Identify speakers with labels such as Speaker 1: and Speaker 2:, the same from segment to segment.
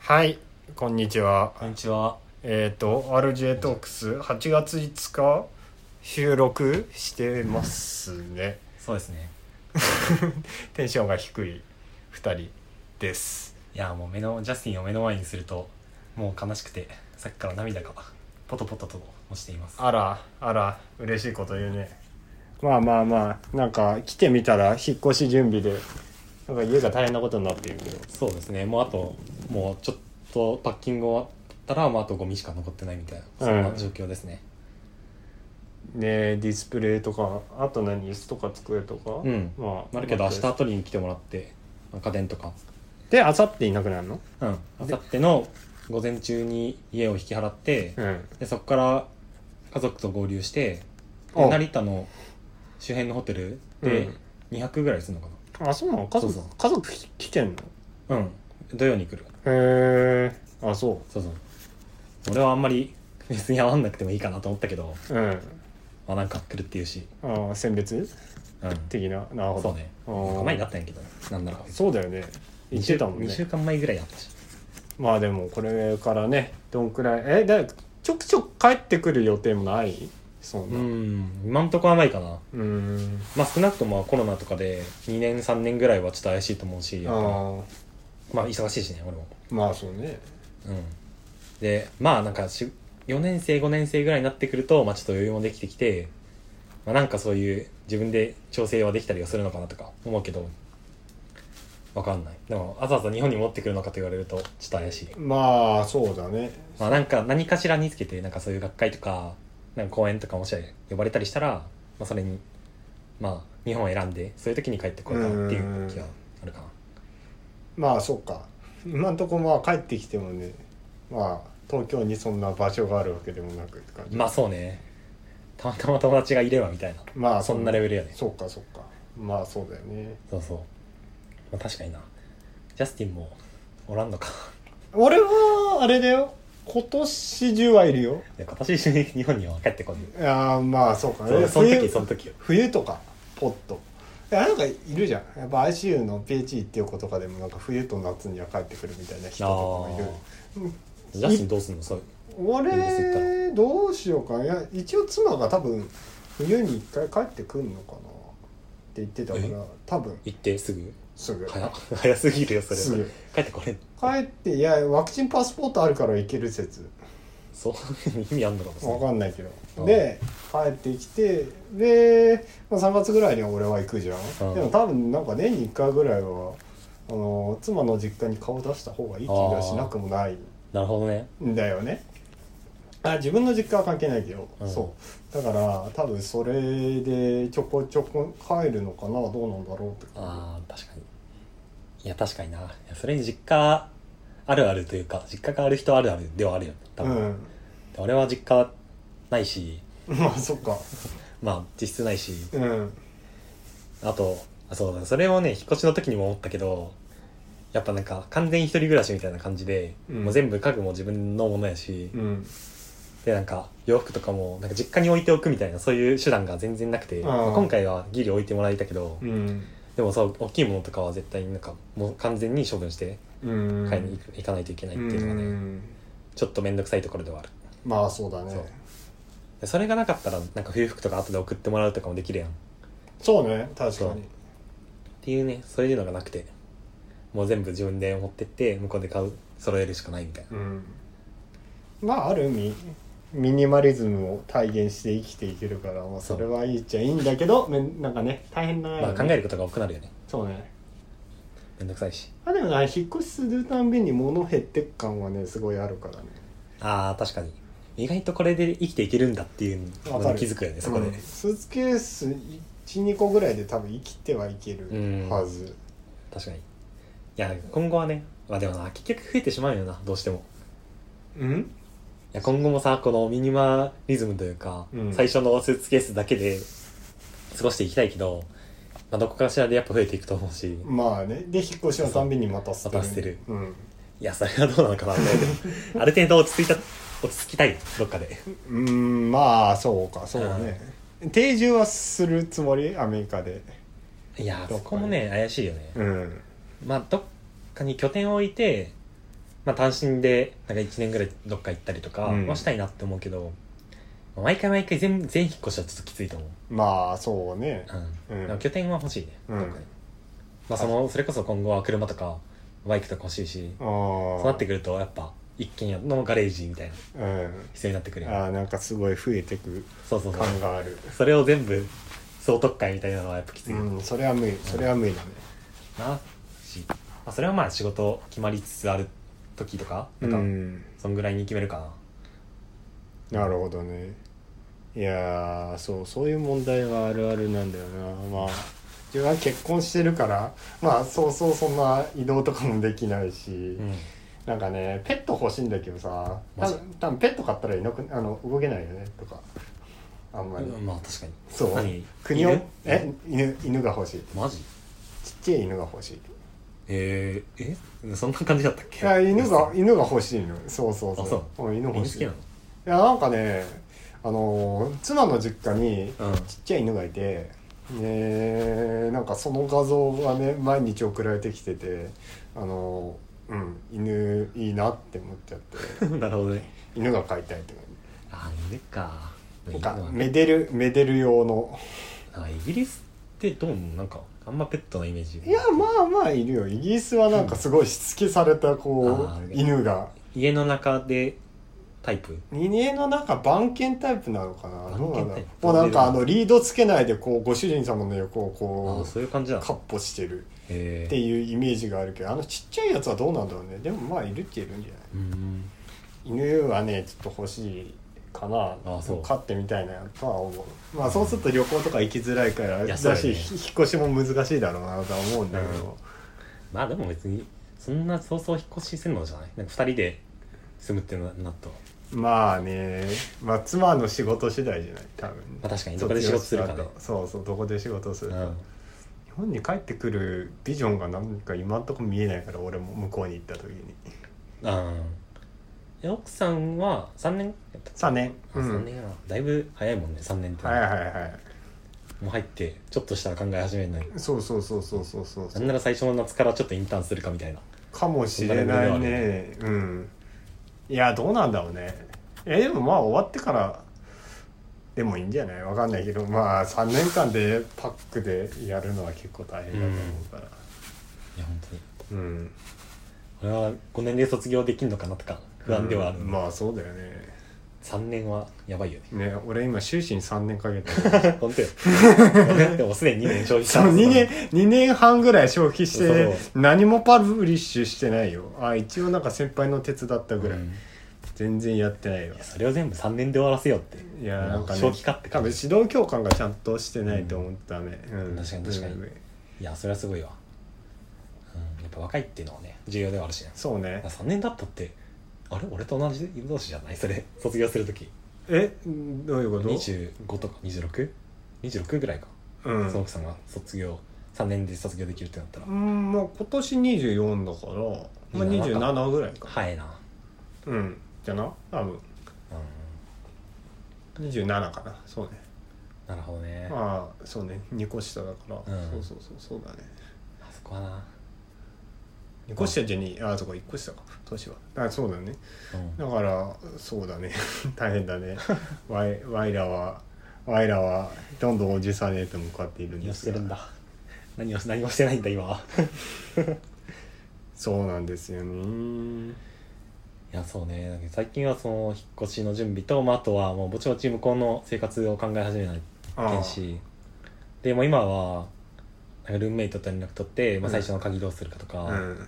Speaker 1: はい、こんにちは。
Speaker 2: こんにちは。
Speaker 1: えっ、と、RJ トークス8月5日収録してますね。
Speaker 2: そうですね。
Speaker 1: テンションが低い2人です。
Speaker 2: いや、もう目の、ジャスティンを目の前にすると、もう悲しくて、さっきから涙が、ポトポトと落ちています。
Speaker 1: あら、あら、嬉しいこと言うね。まあまあまあ、なんか来てみたら引っ越し準備で、なんか家が大変なことになっているけど。
Speaker 2: そうですね。もうあと、もうちょっとパッキング終わったら、もうあとゴミしか残ってないみたいな、そんな状況ですね。
Speaker 1: ねディスプレイとか、あと何椅子とか机とか。
Speaker 2: うん
Speaker 1: まあ、
Speaker 2: なるけど、明日
Speaker 1: で、
Speaker 2: 取りに来てもらって、家電とか。
Speaker 1: 明後日いなくなるの
Speaker 2: うん。あさっての午前中に家を引き払って、
Speaker 1: うん。
Speaker 2: でそこから家族と合流して、
Speaker 1: お
Speaker 2: で成田の周辺のホテルで
Speaker 1: うん
Speaker 2: 2泊ぐらいするのか
Speaker 1: あ、そうなの家族、
Speaker 2: そうそう
Speaker 1: 家族来てんの
Speaker 2: な。うん。土曜に来る。
Speaker 1: へえあそ
Speaker 2: そうそう俺はあんまり別に会わんなくてもいいかなと思ったけど
Speaker 1: ううん
Speaker 2: まあなんか来るっていうし
Speaker 1: ああ選別
Speaker 2: うん
Speaker 1: 的ななるほど
Speaker 2: そうね
Speaker 1: あ
Speaker 2: 仲間にな
Speaker 1: ー
Speaker 2: ったんやけどなんなら
Speaker 1: そうだよね言ってたもん
Speaker 2: 2週
Speaker 1: ね
Speaker 2: 間前ぐらいやったし
Speaker 1: まあでもこれからねどんくらいえだちょくちょく帰ってくる予定もないそん
Speaker 2: う
Speaker 1: なうん
Speaker 2: ん今んとこはないかな
Speaker 1: ーん
Speaker 2: まあ少なくともコロナとかで2年3年ぐらいはちょっと怪しいと思うし
Speaker 1: あー
Speaker 2: まあ忙しいしね俺も
Speaker 1: まあそうね
Speaker 2: うんでまあなんかし4年生5年生ぐらいになってくるとまあちょっと余裕もできてきてまあなんかそういう自分で調整はできたりはするのかなとか思うけどわかんないでもわざわざ日本に持ってくるのかと言われるとちょっと怪しい
Speaker 1: まあそうだね
Speaker 2: まあなんか何かしらにつけてなんかそういう学会とかなんか講演とかもし呼ばれたりしたら、まあ、それにまあ日本を選んでそういう時に帰ってこようかなっていう気はあるかな
Speaker 1: まあそうか今んとこまあ帰ってきてもねまあ東京にそんな場所があるわけでもなくって感じ
Speaker 2: まあそうねたまたま友達がいればみたいな
Speaker 1: まあ
Speaker 2: そんなレベルやね
Speaker 1: そうかそうかまあそうだよね
Speaker 2: そうそう。まあ、確かにな。ジャスティンもおらんのか。
Speaker 1: 俺はあれだよ今年中はいるよ
Speaker 2: いや今年一緒に日本には帰ってこない。
Speaker 1: ああまあそうか
Speaker 2: そう
Speaker 1: ね
Speaker 2: その時、
Speaker 1: 冬
Speaker 2: その時よ。
Speaker 1: 冬とかポッといやなんかいるじゃんやっぱ ICU の PH っていう子とかでもなんか冬と夏には帰ってくるみたいな人とかもいる
Speaker 2: ジャスティンどうすんのそう。いいです行った
Speaker 1: 俺どうしようかないや一応妻が多分冬に一回帰ってくんのかなって言ってたから
Speaker 2: え
Speaker 1: 多分
Speaker 2: 行ってすぐ。
Speaker 1: すぐ
Speaker 2: 早 早すぎるよ、そ
Speaker 1: す
Speaker 2: れ
Speaker 1: ぐ。
Speaker 2: 帰ってこれん。
Speaker 1: 帰っていやワクチンパスポートあるから行ける説
Speaker 2: そういう意味あんのかもしれ
Speaker 1: わ
Speaker 2: ない。
Speaker 1: かんないけど
Speaker 2: うん
Speaker 1: で帰ってきてで、まあ、3月ぐらいには俺は行くじゃん、
Speaker 2: ん
Speaker 1: でも多分なんか年に1回ぐらいはあの妻の実家に顔出した方がいい気がしなくもない
Speaker 2: なるほどね。
Speaker 1: んだよねあ自分の実家は関係ないけど、
Speaker 2: うん
Speaker 1: そうだから多分それでちょこちょこ帰るのかなどうなんだろうって感
Speaker 2: ああ、確かに。いや、確かにな。いやそれに実家あるあるというか、実家がある人あるあるではあるよね。
Speaker 1: じ
Speaker 2: 多
Speaker 1: う
Speaker 2: 分。
Speaker 1: ん
Speaker 2: で俺は実家ないし、
Speaker 1: まあそっか
Speaker 2: まあ実質ないし、
Speaker 1: うん
Speaker 2: あと、あそうだ、それをね、引っ越しの時にも思ったけど、やっぱなんか完全に一人暮らしみたいな感じで、
Speaker 1: うん
Speaker 2: もう全部家具も自分のものやし、
Speaker 1: うん
Speaker 2: でなんか洋服とかもなんか実家に置いておくみたいなそういう手段が全然なくて、
Speaker 1: あー
Speaker 2: まあ今回はギリ置いてもらえたけど、
Speaker 1: うん
Speaker 2: でもそう、大きいものとかは絶対になんかもう完全に処分して
Speaker 1: うん
Speaker 2: 買いに行く行かないといけないっていうのがね、
Speaker 1: うん
Speaker 2: ちょっと面倒くさいところではある。
Speaker 1: まあそうだね
Speaker 2: そうでそれがなかったらなんか冬服とか後で送ってもらうとかもできるやん。っ
Speaker 1: そうね確かに
Speaker 2: ていうね、そういうのがなくて、もう全部自分で持ってって向こうで買う、揃えるしかないみたいな。
Speaker 1: うんまあある意味ミニマリズムを体現して生きていけるから、まあ、それはいいっちゃいいんだけどめんなんかね大変だよね
Speaker 2: まあ考えることが多くなるよね。
Speaker 1: そうね
Speaker 2: めんどくさいし。
Speaker 1: あでもな引っ越しするたんびに物減ってく感はねすごいあるからね
Speaker 2: ああ、確かに。意外とこれで生きていけるんだっていう
Speaker 1: わ
Speaker 2: の
Speaker 1: か
Speaker 2: に
Speaker 1: る
Speaker 2: 気づくよね、そこで。
Speaker 1: うんスーツケース12個ぐらいで多分生きてはいける
Speaker 2: うん
Speaker 1: はず、
Speaker 2: 確かに。いや、今後はね、まあでもな、結局増えてしまうよな、どうしても。
Speaker 1: うん、
Speaker 2: いや、今後もさ、このミニマリズムというか、
Speaker 1: うん
Speaker 2: 最初のスーツケースだけで過ごしていきたいけど、まあどこかしらでやっぱ増えていくと思うし、
Speaker 1: まあねで引っ越しのたんびにまた捨てる
Speaker 2: また捨てる
Speaker 1: うん
Speaker 2: いや、それはどうなのかな、みたい なある程度落ち着いた、落ち着きたい、どっかで。
Speaker 1: うーんまあそうかそうだね、定住はするつもりアメリカで
Speaker 2: い
Speaker 1: どっ
Speaker 2: や、
Speaker 1: かで
Speaker 2: そこもね、怪しいよね。
Speaker 1: うん
Speaker 2: まあ、どっかに拠点を置いて、まあ単身でなんか1年ぐらいどっか行ったりとか
Speaker 1: うん
Speaker 2: はしたいなって思うけど、毎回毎回全全引っ越しはちょっときついと思う、
Speaker 1: まあそうね
Speaker 2: う
Speaker 1: うん
Speaker 2: ん、だから拠点は欲しいね、
Speaker 1: うん
Speaker 2: どっかにまあそのそれこそ今後は車とかバイクとか欲しいし
Speaker 1: あ
Speaker 2: そ
Speaker 1: あ
Speaker 2: うなってくるとやっぱ一軒家のガレージみたいな
Speaker 1: うん
Speaker 2: 必要になってくるよね
Speaker 1: ああなんかすごい増えてく
Speaker 2: そうそうそう
Speaker 1: 感がある
Speaker 2: それを全部総特会みたいなのはやっぱきつい、
Speaker 1: うんそれは無理それは無理だね
Speaker 2: なし、まあ、それはまあ仕事決まりつつある時とか
Speaker 1: う
Speaker 2: なんか
Speaker 1: ん
Speaker 2: そんぐらいに決めるかな、
Speaker 1: なるほどねいやーそうそういう問題はあるあるなんだよなまあ自分は結婚してるからまあそうそうそんな移動とかもできないし、
Speaker 2: うん
Speaker 1: なんかねペット欲しいんだけどさ
Speaker 2: マ
Speaker 1: 多
Speaker 2: ジ
Speaker 1: 分多分ペット買ったらいなくあの動けないよねとかあんまり、
Speaker 2: まあ確かに
Speaker 1: そう
Speaker 2: 何
Speaker 1: 国を
Speaker 2: 犬
Speaker 1: え犬犬が欲しい
Speaker 2: マジ
Speaker 1: ちっちゃい犬が欲しい
Speaker 2: えー、えそんな感じだったっ
Speaker 1: い
Speaker 2: け
Speaker 1: や犬が
Speaker 2: 嘘
Speaker 1: 犬が欲しいのそうそうそう
Speaker 2: あそ
Speaker 1: うん犬
Speaker 2: 犬
Speaker 1: 欲
Speaker 2: 好
Speaker 1: しい
Speaker 2: きない
Speaker 1: やなんかねあのー妻の実家に
Speaker 2: のうん
Speaker 1: ちっちゃい犬がいてねなんかその画像がね毎日送られてきててあのーうん犬いいなって思っちゃって
Speaker 2: なるほどね
Speaker 1: 犬が飼いたいと か
Speaker 2: あ犬か
Speaker 1: なんか
Speaker 2: 犬は
Speaker 1: めでるめでる用の
Speaker 2: あイギリスってどうもなんかあんまペットのイメージ
Speaker 1: いやまあまあいるよイギリスはなんかすごいしつけされたこ
Speaker 2: あ
Speaker 1: う
Speaker 2: ー
Speaker 1: 犬が
Speaker 2: 家の中でタイプ
Speaker 1: 家の中番犬タイプなのかなどうなんだ
Speaker 2: 番犬タ
Speaker 1: ろ
Speaker 2: イ
Speaker 1: う
Speaker 2: プ
Speaker 1: もうなんかあのリードつけないでこうご主人様の横を
Speaker 2: あ
Speaker 1: こ
Speaker 2: そういう感じな
Speaker 1: うかっ
Speaker 2: の
Speaker 1: 歩してる
Speaker 2: へ
Speaker 1: って
Speaker 2: え
Speaker 1: いうイメージがあるけどあのちっちゃいやつはどうなんだろうねでもまあいるっちゃいるんじゃない
Speaker 2: うん
Speaker 1: 犬はねちょっと欲しいかな
Speaker 2: あそう
Speaker 1: 飼ってみたいなとは思うまあそうすると旅行とか行きづらいから
Speaker 2: い
Speaker 1: だ
Speaker 2: や
Speaker 1: し、
Speaker 2: そうだよね
Speaker 1: 引っ越しも難しいだろうなとは思うんだけど、
Speaker 2: まあでも別にそんな早々引っ越しするのじゃないなんか2人で住むってななっと
Speaker 1: まあねまあ妻の仕事次第じゃない多分、
Speaker 2: まあ確かにどこで仕事するかね
Speaker 1: 卒業した後そうそうどこで仕事す
Speaker 2: う
Speaker 1: る
Speaker 2: ん
Speaker 1: か、日本に帰ってくるビジョンがなんか今んとこ見えないから俺も向こうに行った時に
Speaker 2: うんえ奥さんは3年やったっけ
Speaker 1: 3年
Speaker 2: あ3年はだいぶ早いもんね3年って、
Speaker 1: はいはいはい
Speaker 2: もう入ってちょっとしたら考え始めるのに
Speaker 1: そうそうそうそうそうそう
Speaker 2: なんなら最初の夏からちょっとインターンするかみたいな
Speaker 1: かもしれないねうんいやどうなんだろうねえでもまあ終わってからでもいいんじゃないわかんないけどまあ3年間でパックでやるのは結構大変だと思うから
Speaker 2: いや本当に
Speaker 1: うん
Speaker 2: 俺は5年で卒業できるのかなとか不安ではある、
Speaker 1: うんまあそうだよね
Speaker 2: 3年はやばいよ
Speaker 1: ね俺今終始に3年かけて
Speaker 2: ね 本 当よでもすでに2年消費した
Speaker 1: そう2年2年半ぐらい消費し
Speaker 2: そう
Speaker 1: て何もパブリッシュしてないよあ一応なんか先輩の手伝ったぐらい、
Speaker 2: うん
Speaker 1: 全然やってないよ
Speaker 2: いやそれを全部3年で終わらせようって
Speaker 1: いやーなんかね
Speaker 2: 正気かって
Speaker 1: 多分指導教官がちゃんとしてないと思ったダメ、うん
Speaker 2: 確かに確かに
Speaker 1: うん
Speaker 2: いやそれはすごいわ、うん、やっぱ若いっていうのはね重要ではあるしね
Speaker 1: そうね
Speaker 2: 3年だったってあれ俺と同じ同士じゃないそれ卒業する時
Speaker 1: えどういうこと
Speaker 2: 25とか 26?26 26ぐらいか、
Speaker 1: うん
Speaker 2: その奥さんが卒業3年で卒業できるってなったら、
Speaker 1: うんまあ今年24だから、ま
Speaker 2: 27
Speaker 1: あ、27ぐらいか
Speaker 2: 早いな
Speaker 1: うんじゃな多分
Speaker 2: うん
Speaker 1: 27かなそうね
Speaker 2: なるほどねあ
Speaker 1: まあそうね2個下だから、
Speaker 2: うん
Speaker 1: そうそうそうそうだね
Speaker 2: そこはな、
Speaker 1: 2個下じゃにああそこ1個下か年はあそうだね
Speaker 2: うん
Speaker 1: だからそうだね 大変だ ねわいわいらはわいらはどんどんおじさんへと向かっているん
Speaker 2: 何
Speaker 1: で
Speaker 2: を
Speaker 1: す
Speaker 2: し
Speaker 1: が
Speaker 2: てるんだ何をし何もしてないんだ今は
Speaker 1: そうなんですよね
Speaker 2: いやそうねなんか最近はその引っ越しの準備と、まあ、あとはもうぼちぼち向こうの生活を考え始めない
Speaker 1: ああ
Speaker 2: しでもう今はなんかルームメイトと連絡取って、まあ、最初の鍵どうするかとか、
Speaker 1: うん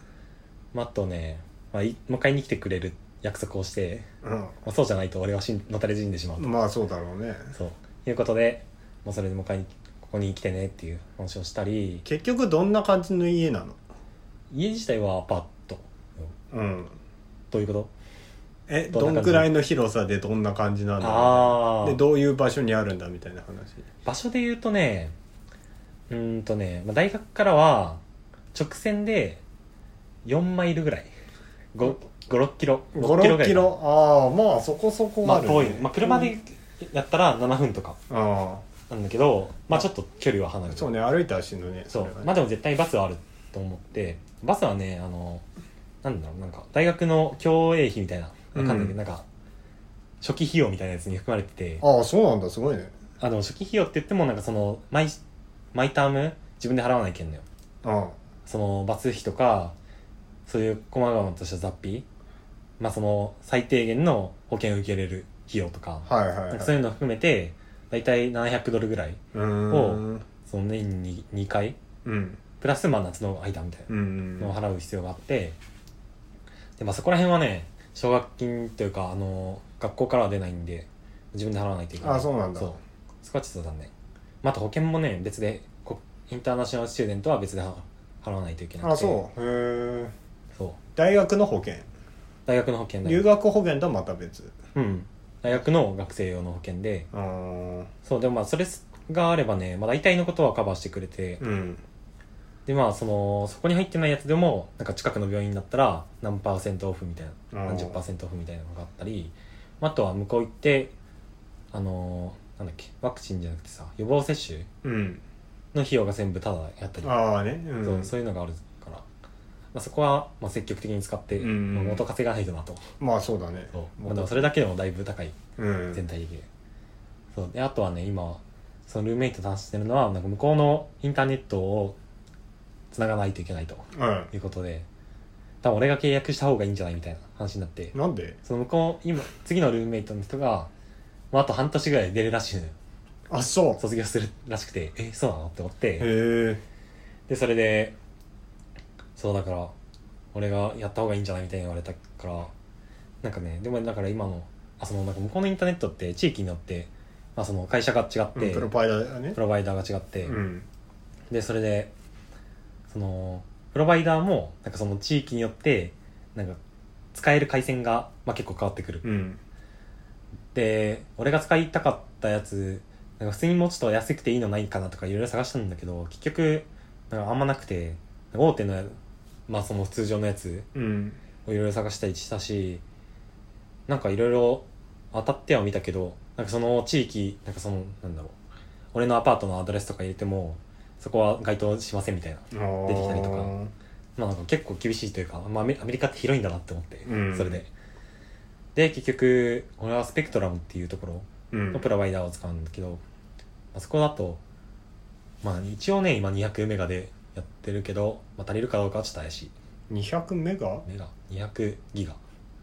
Speaker 2: まあ、あとね、まあ、い迎えに来てくれる約束をして、
Speaker 1: う
Speaker 2: まあ、そうじゃないと俺はしんのたれ死んでしまうと、
Speaker 1: んまあそうだろうね
Speaker 2: そういうことで、まあ、それで迎えにここに来てねっていう話をしたり
Speaker 1: 結局どんな感じの家なの
Speaker 2: 家自体はアパート
Speaker 1: うん
Speaker 2: どういうこと
Speaker 1: えど
Speaker 2: どんな感じ
Speaker 1: んくらいの広さでどんな感じなんだろ
Speaker 2: あ
Speaker 1: う
Speaker 2: あ
Speaker 1: でどういう場所にあるんだみたいな話
Speaker 2: 場所で言うとねうーんとね、まあ、大学からは直線で4マイルぐらい56キロ6
Speaker 1: 56キ
Speaker 2: かな
Speaker 1: ロああまあそこそこ
Speaker 2: ま
Speaker 1: あ
Speaker 2: あ
Speaker 1: る、
Speaker 2: 遠い、まあ、車でやったら7分とか
Speaker 1: あ
Speaker 2: なんだけど、まあ、ちょっと距離は離れ
Speaker 1: あ
Speaker 2: て
Speaker 1: そうね歩いたらしんどいね
Speaker 2: そう
Speaker 1: れはね
Speaker 2: まあでも絶対バスはあると思ってバスはねあのなんだろうなんか大学の教栄費みたいなわかんないけど、
Speaker 1: うん
Speaker 2: なんか初期費用みたいなやつに含まれてて
Speaker 1: ああそうなんだすごいね
Speaker 2: あでも初期費用って言ってもなんかその毎毎ターム自分で払わないけんのよ
Speaker 1: あ
Speaker 2: そのバツ費とかそういう細々とした雑費まあその最低限の保険を受けれる費用とか,、
Speaker 1: あはいはい
Speaker 2: なんか
Speaker 1: は
Speaker 2: そう
Speaker 1: い
Speaker 2: いうの含めて大体700ドルぐらいう
Speaker 1: ーん
Speaker 2: その年に2回
Speaker 1: うん
Speaker 2: プラスまあ夏の間みたいな
Speaker 1: うん
Speaker 2: のを払う必要があってで、まあ、そこら辺はね奨学金というかあの学校からは出ないんで自分で払わないといけない
Speaker 1: あそうなんだ
Speaker 2: そうそこはちょっと残念また保険もね別でこインターナショナルスチューデントは別で払払わないといけなくて
Speaker 1: あそうへえ
Speaker 2: そう
Speaker 1: 大学の保険
Speaker 2: 大学の保険だ
Speaker 1: 留
Speaker 2: よ
Speaker 1: 学保険とはまた別
Speaker 2: うん大学の学生用の保険で
Speaker 1: あー
Speaker 2: そうでもまあそれがあればね、まあ、大体のことはカバーしてくれて、
Speaker 1: うん
Speaker 2: でまあそのそこに入ってないやつでもなんか近くの病院だったら何パーセントオフみたいな
Speaker 1: あー
Speaker 2: 何十パーセントオフみたいなのがあったりまああとは向こう行ってあのーなんだっけワクチンじゃなくてさ予防接種
Speaker 1: うん
Speaker 2: の費用が全部タダやったり
Speaker 1: ああねうん
Speaker 2: そうそういうのがあるから、まあ、そこはまあ積極的に使って、
Speaker 1: うん
Speaker 2: まあ元稼がないとなと
Speaker 1: まあそうだね
Speaker 2: そう、まあ、
Speaker 1: 元
Speaker 2: でもそれだけでもだいぶ高い
Speaker 1: うん
Speaker 2: 全体的でそうであとはね今そのルーメイトと話してるのはなんか向こうのインターネットを繋がないといけないと。
Speaker 1: は
Speaker 2: ということで多分俺が契約した方がいいんじゃないみたいな話になって
Speaker 1: いなんで
Speaker 2: その向こう今次のルームメイトの人が、まあ、あと半年ぐらいで出るらしいのよ
Speaker 1: あそう
Speaker 2: 卒業するらしくてえそうなのって思っ
Speaker 1: へ
Speaker 2: て
Speaker 1: え
Speaker 2: でそれでそうだから俺がやった方がいいんじゃないみたいに言われたからなんかねでもだから今のあそのなんか向こうのインターネットって地域によって、まあ、その会社が違っ
Speaker 1: うん
Speaker 2: て
Speaker 1: プロパイダーだね
Speaker 2: プロバイダーが違って、
Speaker 1: うん
Speaker 2: でそれでそのプロバイダーもなんかその地域によってなんか使える回線が、まあ、結構変わってくる、
Speaker 1: うん
Speaker 2: で俺が使いたかったやつなんか普通にもうちょっと安くていいのないかなとかいろいろ探したんだけど結局なんかあんまなくて大手のやまあその通常のやつ
Speaker 1: うん
Speaker 2: をいろいろ探したりしたしなんかいろいろ当たっては見たけどなんかその地域なんかそのなんだろう俺のアパートのアドレスとか入れてもそこは該当しませんみたいな
Speaker 1: 出
Speaker 2: 出てきたりとかまあ、なんか結構厳しいというか、まあ、アメアメリカって広いんだなって思って、
Speaker 1: うん
Speaker 2: それでで結局俺はスペクトラムっていうところ
Speaker 1: うん
Speaker 2: のプロバイダーを使うんだけど、まあ、そこだとまあ一応ね今200メガでやってるけど、まあ、足りるかどうかはちょっと怪しい
Speaker 1: 200メガ
Speaker 2: メガ200ギガ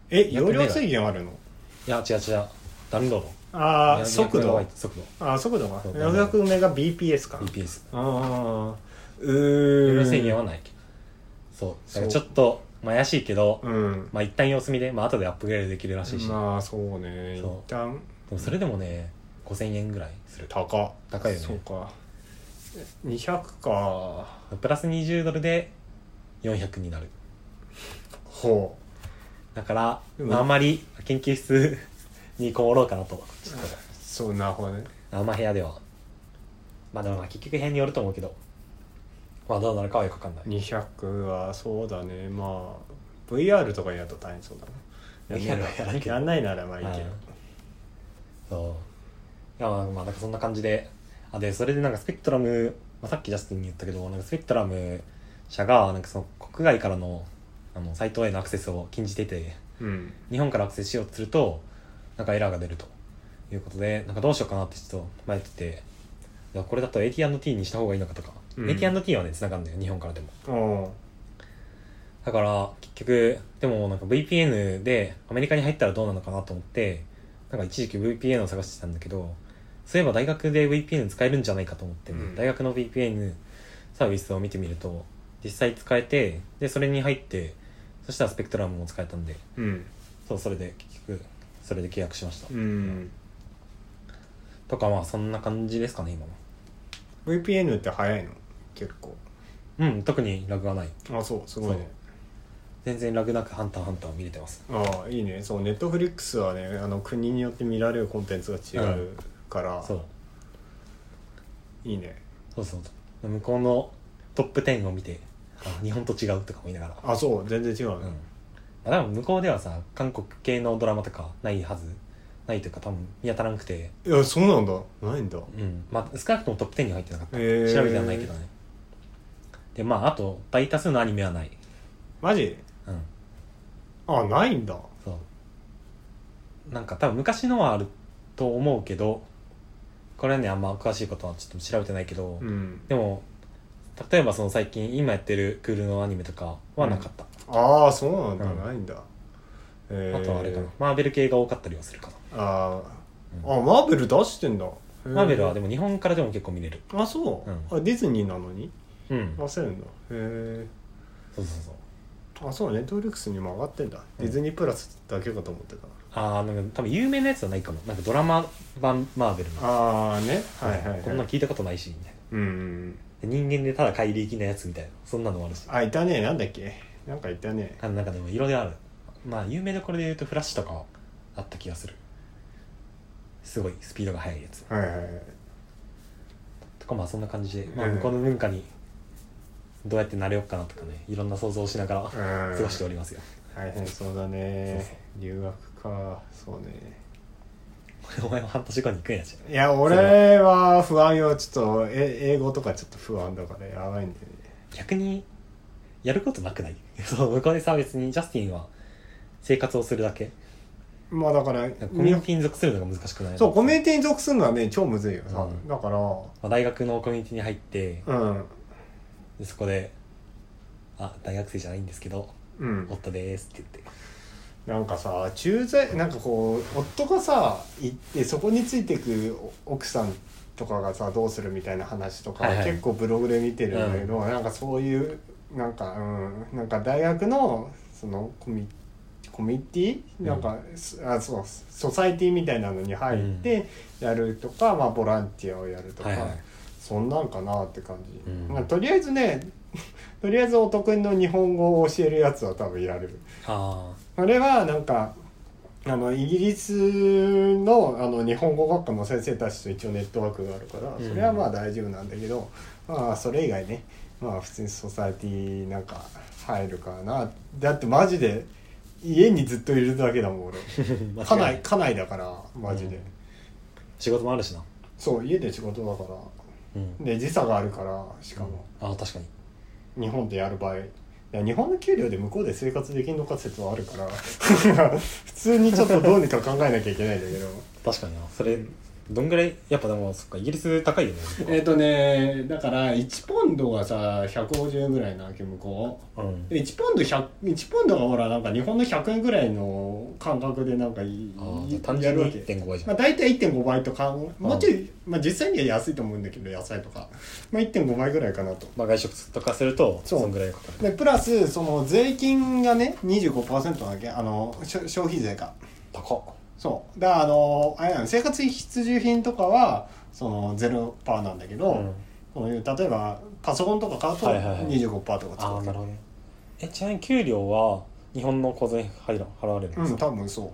Speaker 1: え
Speaker 2: 200
Speaker 1: 容量制限あるの
Speaker 2: いや違う違うダウンロード
Speaker 1: あ
Speaker 2: 200
Speaker 1: あ速
Speaker 2: メガバ
Speaker 1: 度
Speaker 2: イト速
Speaker 1: あー速度が
Speaker 2: そう
Speaker 1: 400メガ BPS か
Speaker 2: 度 BPS
Speaker 1: ああう
Speaker 2: 容
Speaker 1: ー
Speaker 2: 量制限はないけどそうだからちょっとまあ怪しいけど、
Speaker 1: うん
Speaker 2: まあ一旦様子見で、まあ後でアップグレードできるらしいし、
Speaker 1: まあそうね
Speaker 2: そう
Speaker 1: 一旦
Speaker 2: でもそれでもね5000円ぐらいする
Speaker 1: 高
Speaker 2: 高いよね
Speaker 1: そうか200か
Speaker 2: プラス20ドルで400になる
Speaker 1: ほ
Speaker 2: だから、
Speaker 1: うん
Speaker 2: まあ、あんまり研究室にこもろうかなとちょ
Speaker 1: う
Speaker 2: っ
Speaker 1: そうなるほどね
Speaker 2: とあんま部屋ではまあでもまあ結局辺によると思うけどまあどうなるかはよくわかんない
Speaker 1: 200はそうだねまあ VR とかやると大変そうだな
Speaker 2: VR はやらんけど
Speaker 1: やんないならまあいいけど
Speaker 2: うんそういやまあまあなんかそんな感じであでそれでなんかスペクトラム、まあ、さっきジャスティンに言ったけどなんかスペクトラム社がなんかその国外からのあのサイトへのアクセスを禁じてて
Speaker 1: うん
Speaker 2: 日本からアクセスしようとするとなんかエラーが出るということでなんかどうしようかなってちょっと迷ってていやこれだと AT&T にした方がいいのかとか、
Speaker 1: うん
Speaker 2: AT&T はね繋がるんだよ日本からでも
Speaker 1: お
Speaker 2: だから結局でもなんか VPN でアメリカに入ったらどうなのかなと思ってなんか一時期 VPN を探してたんだけどそういえば大学で VPN 使えるんじゃないかと思ってね、
Speaker 1: うん
Speaker 2: 大学の VPN サービスを見てみると実際使えてでそれに入ってそしたらスペクトラムも使えたんで
Speaker 1: うん
Speaker 2: そうそれで結局それで契約しました、
Speaker 1: うん
Speaker 2: とかまあそんな感じですかね今は
Speaker 1: VPN って早いの結構
Speaker 2: うん特にラグはない
Speaker 1: あそうすごいね
Speaker 2: 全然ラグなくハンターハンター見れてます
Speaker 1: ああいいねそうネットフリックスはねあの国によって見られるコンテンツが違うから、
Speaker 2: そう
Speaker 1: いいね
Speaker 2: そうそうそう向こうのトップ10を見てあ日本と違うとか思いながら
Speaker 1: あそう全然違う
Speaker 2: うん、ま
Speaker 1: ね
Speaker 2: あ、多分向こうではさ韓国系のドラマとかないはずないというか多分見当たらなくて
Speaker 1: いやそうなんだないんだ
Speaker 2: うんまあ少なくともトップ10には入ってなかった、
Speaker 1: へー
Speaker 2: 調べてはないけどねでまああと大多数のアニメはない
Speaker 1: マジ
Speaker 2: うん
Speaker 1: あないんだ
Speaker 2: そうなんか多分昔のはあると思うけどこれはねあんま詳しいことはちょっと調べてないけど、
Speaker 1: うん
Speaker 2: でも例えばその最近今やってるクールのアニメとかはなかった、
Speaker 1: ああそうなんだ、
Speaker 2: うん
Speaker 1: ないんだえー
Speaker 2: あとはあれかなマーベル系が多かったりはするか
Speaker 1: あー、
Speaker 2: な、
Speaker 1: あマーベル出してんだ
Speaker 2: うんマーベルはで
Speaker 1: も
Speaker 2: も日本からでも結構見れる
Speaker 1: あそう、
Speaker 2: う
Speaker 1: あディズニーなのに
Speaker 2: うん
Speaker 1: 出せるんだへ
Speaker 2: そうそうそう
Speaker 1: えあそうネットフリックスにも上がってんだ、
Speaker 2: うん
Speaker 1: ディズニープラスだけかと思ってた
Speaker 2: ああなんか多分有名なやつはないかもなんかドラマ版マーベルの
Speaker 1: ああねはいはい、はい、
Speaker 2: こんなの聞いたことないしみたいな
Speaker 1: うんうん
Speaker 2: で人間でただ怪力なやつみたいなそんなのもあるし
Speaker 1: あいたねなんだっけなんかいたね
Speaker 2: あの中でもいろいろあるまあ有名どころで言うとフラッシュとかはあった気がするすごいスピードが速いやつ
Speaker 1: はいはいはい
Speaker 2: とかまあそんな感じで、まあ、
Speaker 1: うん
Speaker 2: 向こうの文化にどうやって慣れようかなとかねいろんな想像をしながら
Speaker 1: うん
Speaker 2: 過ごしておりますよ
Speaker 1: 大変そうだね留学かそうね
Speaker 2: お前も半年後に行くんやし
Speaker 1: いや俺は不安よちょっとえ英語とかちょっと不安だからやばいんだよね
Speaker 2: 逆にやることなくない そう向こうでさ別にジャスティンは生活をするだけ
Speaker 1: まあだから
Speaker 2: コミュニティに属するのが難しくない
Speaker 1: そうコミュニティに属するのはね超むずいよ、さ
Speaker 2: うん
Speaker 1: だから
Speaker 2: まあ大学のコミュニティに入って
Speaker 1: うん
Speaker 2: でそこで「あ大学生じゃないんですけど
Speaker 1: うん
Speaker 2: 夫です」って言って
Speaker 1: なんかさ駐在なんかこう夫がさ行ってそこについてく奥さんとかがさどうするみたいな話とか、
Speaker 2: はいはい
Speaker 1: 結構ブログで見てるんだけど、なんかそういうなんかうんなんか大学のそのコミコミュニティなんか、すあそうソサエティみたいなのに入ってやるとか、まあボランティアをやるとか、
Speaker 2: はいはい
Speaker 1: そんなんかなって感じ、
Speaker 2: うん
Speaker 1: まあとりあえずね とりあえずお得意の日本語を教えるやつは多分いられる
Speaker 2: あ
Speaker 1: それはなんかあのイギリスのあの日本語学科の先生たちと一応ネットワークがあるから
Speaker 2: うん
Speaker 1: それはまあ大丈夫なんだけど、まあそれ以外ねまあ普通にソサエティなんか入るかなだってマジで家にずっといるだけだもん 俺
Speaker 2: あ
Speaker 1: 家内家内だからマジで、
Speaker 2: うん仕事もあるしな
Speaker 1: そう家で仕事だから
Speaker 2: うん
Speaker 1: で時差があるからしかも、
Speaker 2: あ確かに
Speaker 1: 日本でやる場合いや日本の給料で向こうで生活できるのか説はあるから 普通にちょっとどうにか考えなきゃいけないんだけど
Speaker 2: 確かになそれどんぐらいやっぱでもそっかイギリス高いよね
Speaker 1: えっとねだから1ポンドがさ150円ぐらいなわけ向こう
Speaker 2: うん
Speaker 1: で1ポンド100 1ポンドがほらなんか日本の100円ぐらいの感覚でなんかいい
Speaker 2: あー
Speaker 1: い
Speaker 2: 単
Speaker 1: や
Speaker 2: 純
Speaker 1: るわ
Speaker 2: に
Speaker 1: け
Speaker 2: 1.5倍じゃ
Speaker 1: ま
Speaker 2: ん
Speaker 1: あ、大体1.5倍とかもうちょ
Speaker 2: う
Speaker 1: い、まあ、実際には安いと思うんだけど野菜とか、まあ、1.5倍ぐらいかなと
Speaker 2: まあ外食とかすると
Speaker 1: そう
Speaker 2: そんぐらいかかる
Speaker 1: でプラスその税金がね25%だっけあのしょ消費税が
Speaker 2: 高
Speaker 1: そうだからあのあれなの生活必需品とかはそのゼロパーなんだけど、
Speaker 2: うん
Speaker 1: こういう例えばパソコンとか買うと
Speaker 2: はいはいはい
Speaker 1: 25%パーとか使う
Speaker 2: ああなるほどねえちなみに給料は日本の小銭入ら払われるんで
Speaker 1: う
Speaker 2: す
Speaker 1: ん
Speaker 2: か、
Speaker 1: 多分そ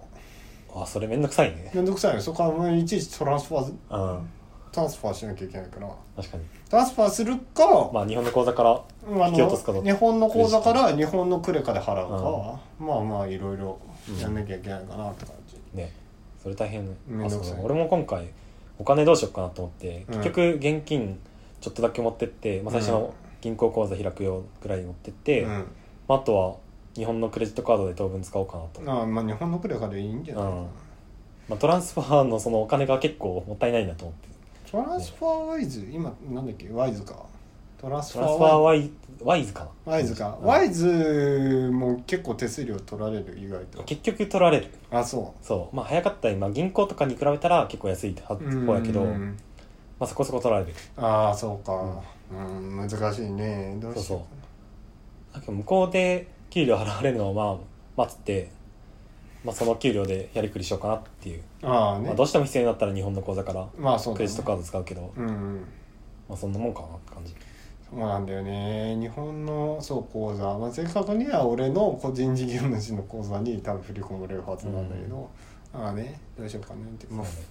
Speaker 2: あそれめんどくさいね
Speaker 1: うめんどくさいよそこはもういちいちトランスファー
Speaker 2: うん
Speaker 1: トランスファーしなきゃいけないから
Speaker 2: 確かに
Speaker 1: トランスファーするか、
Speaker 2: まあ日本の口座から
Speaker 1: うんあ
Speaker 2: 引き落とすかど
Speaker 1: の
Speaker 2: うか
Speaker 1: 日本の口座から日本のクレカで払うか、まあまあいろいろやんなきゃいけないかなって感じ、
Speaker 2: ねそれ大変ね
Speaker 1: めん
Speaker 2: あ
Speaker 1: ど
Speaker 2: そう
Speaker 1: くさい
Speaker 2: だ俺も今回お金どうしようかなと思って
Speaker 1: うん
Speaker 2: 結局現金ちょっとだけ持ってって、まあ、最初の銀行口座開くよぐらい持ってって、
Speaker 1: うん
Speaker 2: まあ、あとは日本のクレジットカードで当分使おうかなと、
Speaker 1: ああまあ日本のクレカでいいんじゃないかな、
Speaker 2: うんまあ、トランスファーのそのお金が結構もったいないなと思って
Speaker 1: トランスファーワイズ今なんだっけワイズかトランス
Speaker 2: ト
Speaker 1: フ
Speaker 2: ラ
Speaker 1: ァ
Speaker 2: ン
Speaker 1: ー
Speaker 2: スファー
Speaker 1: ワイ
Speaker 2: ワイワイズかな
Speaker 1: ワイズか、
Speaker 2: うん
Speaker 1: ワイズも結構手数料取られる意外と
Speaker 2: 結局取られる
Speaker 1: あそ
Speaker 2: そうまあ早かった今銀行とかに比べたら結構安い方
Speaker 1: ううん
Speaker 2: やけど、まあ、そこそこ取られる
Speaker 1: ああそうかうん、難しいねどうしよ
Speaker 2: だけど向こうで給料払われるのをまあ待って、まあ、その給料でやりくりしようかなっていう、
Speaker 1: うああね
Speaker 2: まあ、どうしても必要になったら日本の口座から
Speaker 1: まあそうだ、ね、
Speaker 2: クレジットカード使うけど
Speaker 1: うんうん
Speaker 2: まあ、そんなもんかなって感じ
Speaker 1: そうなんだよね日本のそう口座、まあ、正確には俺の個人事業主の口座に多分振り込まれるはずなんだけど、ああねどうしようかねって、まあ、
Speaker 2: そうね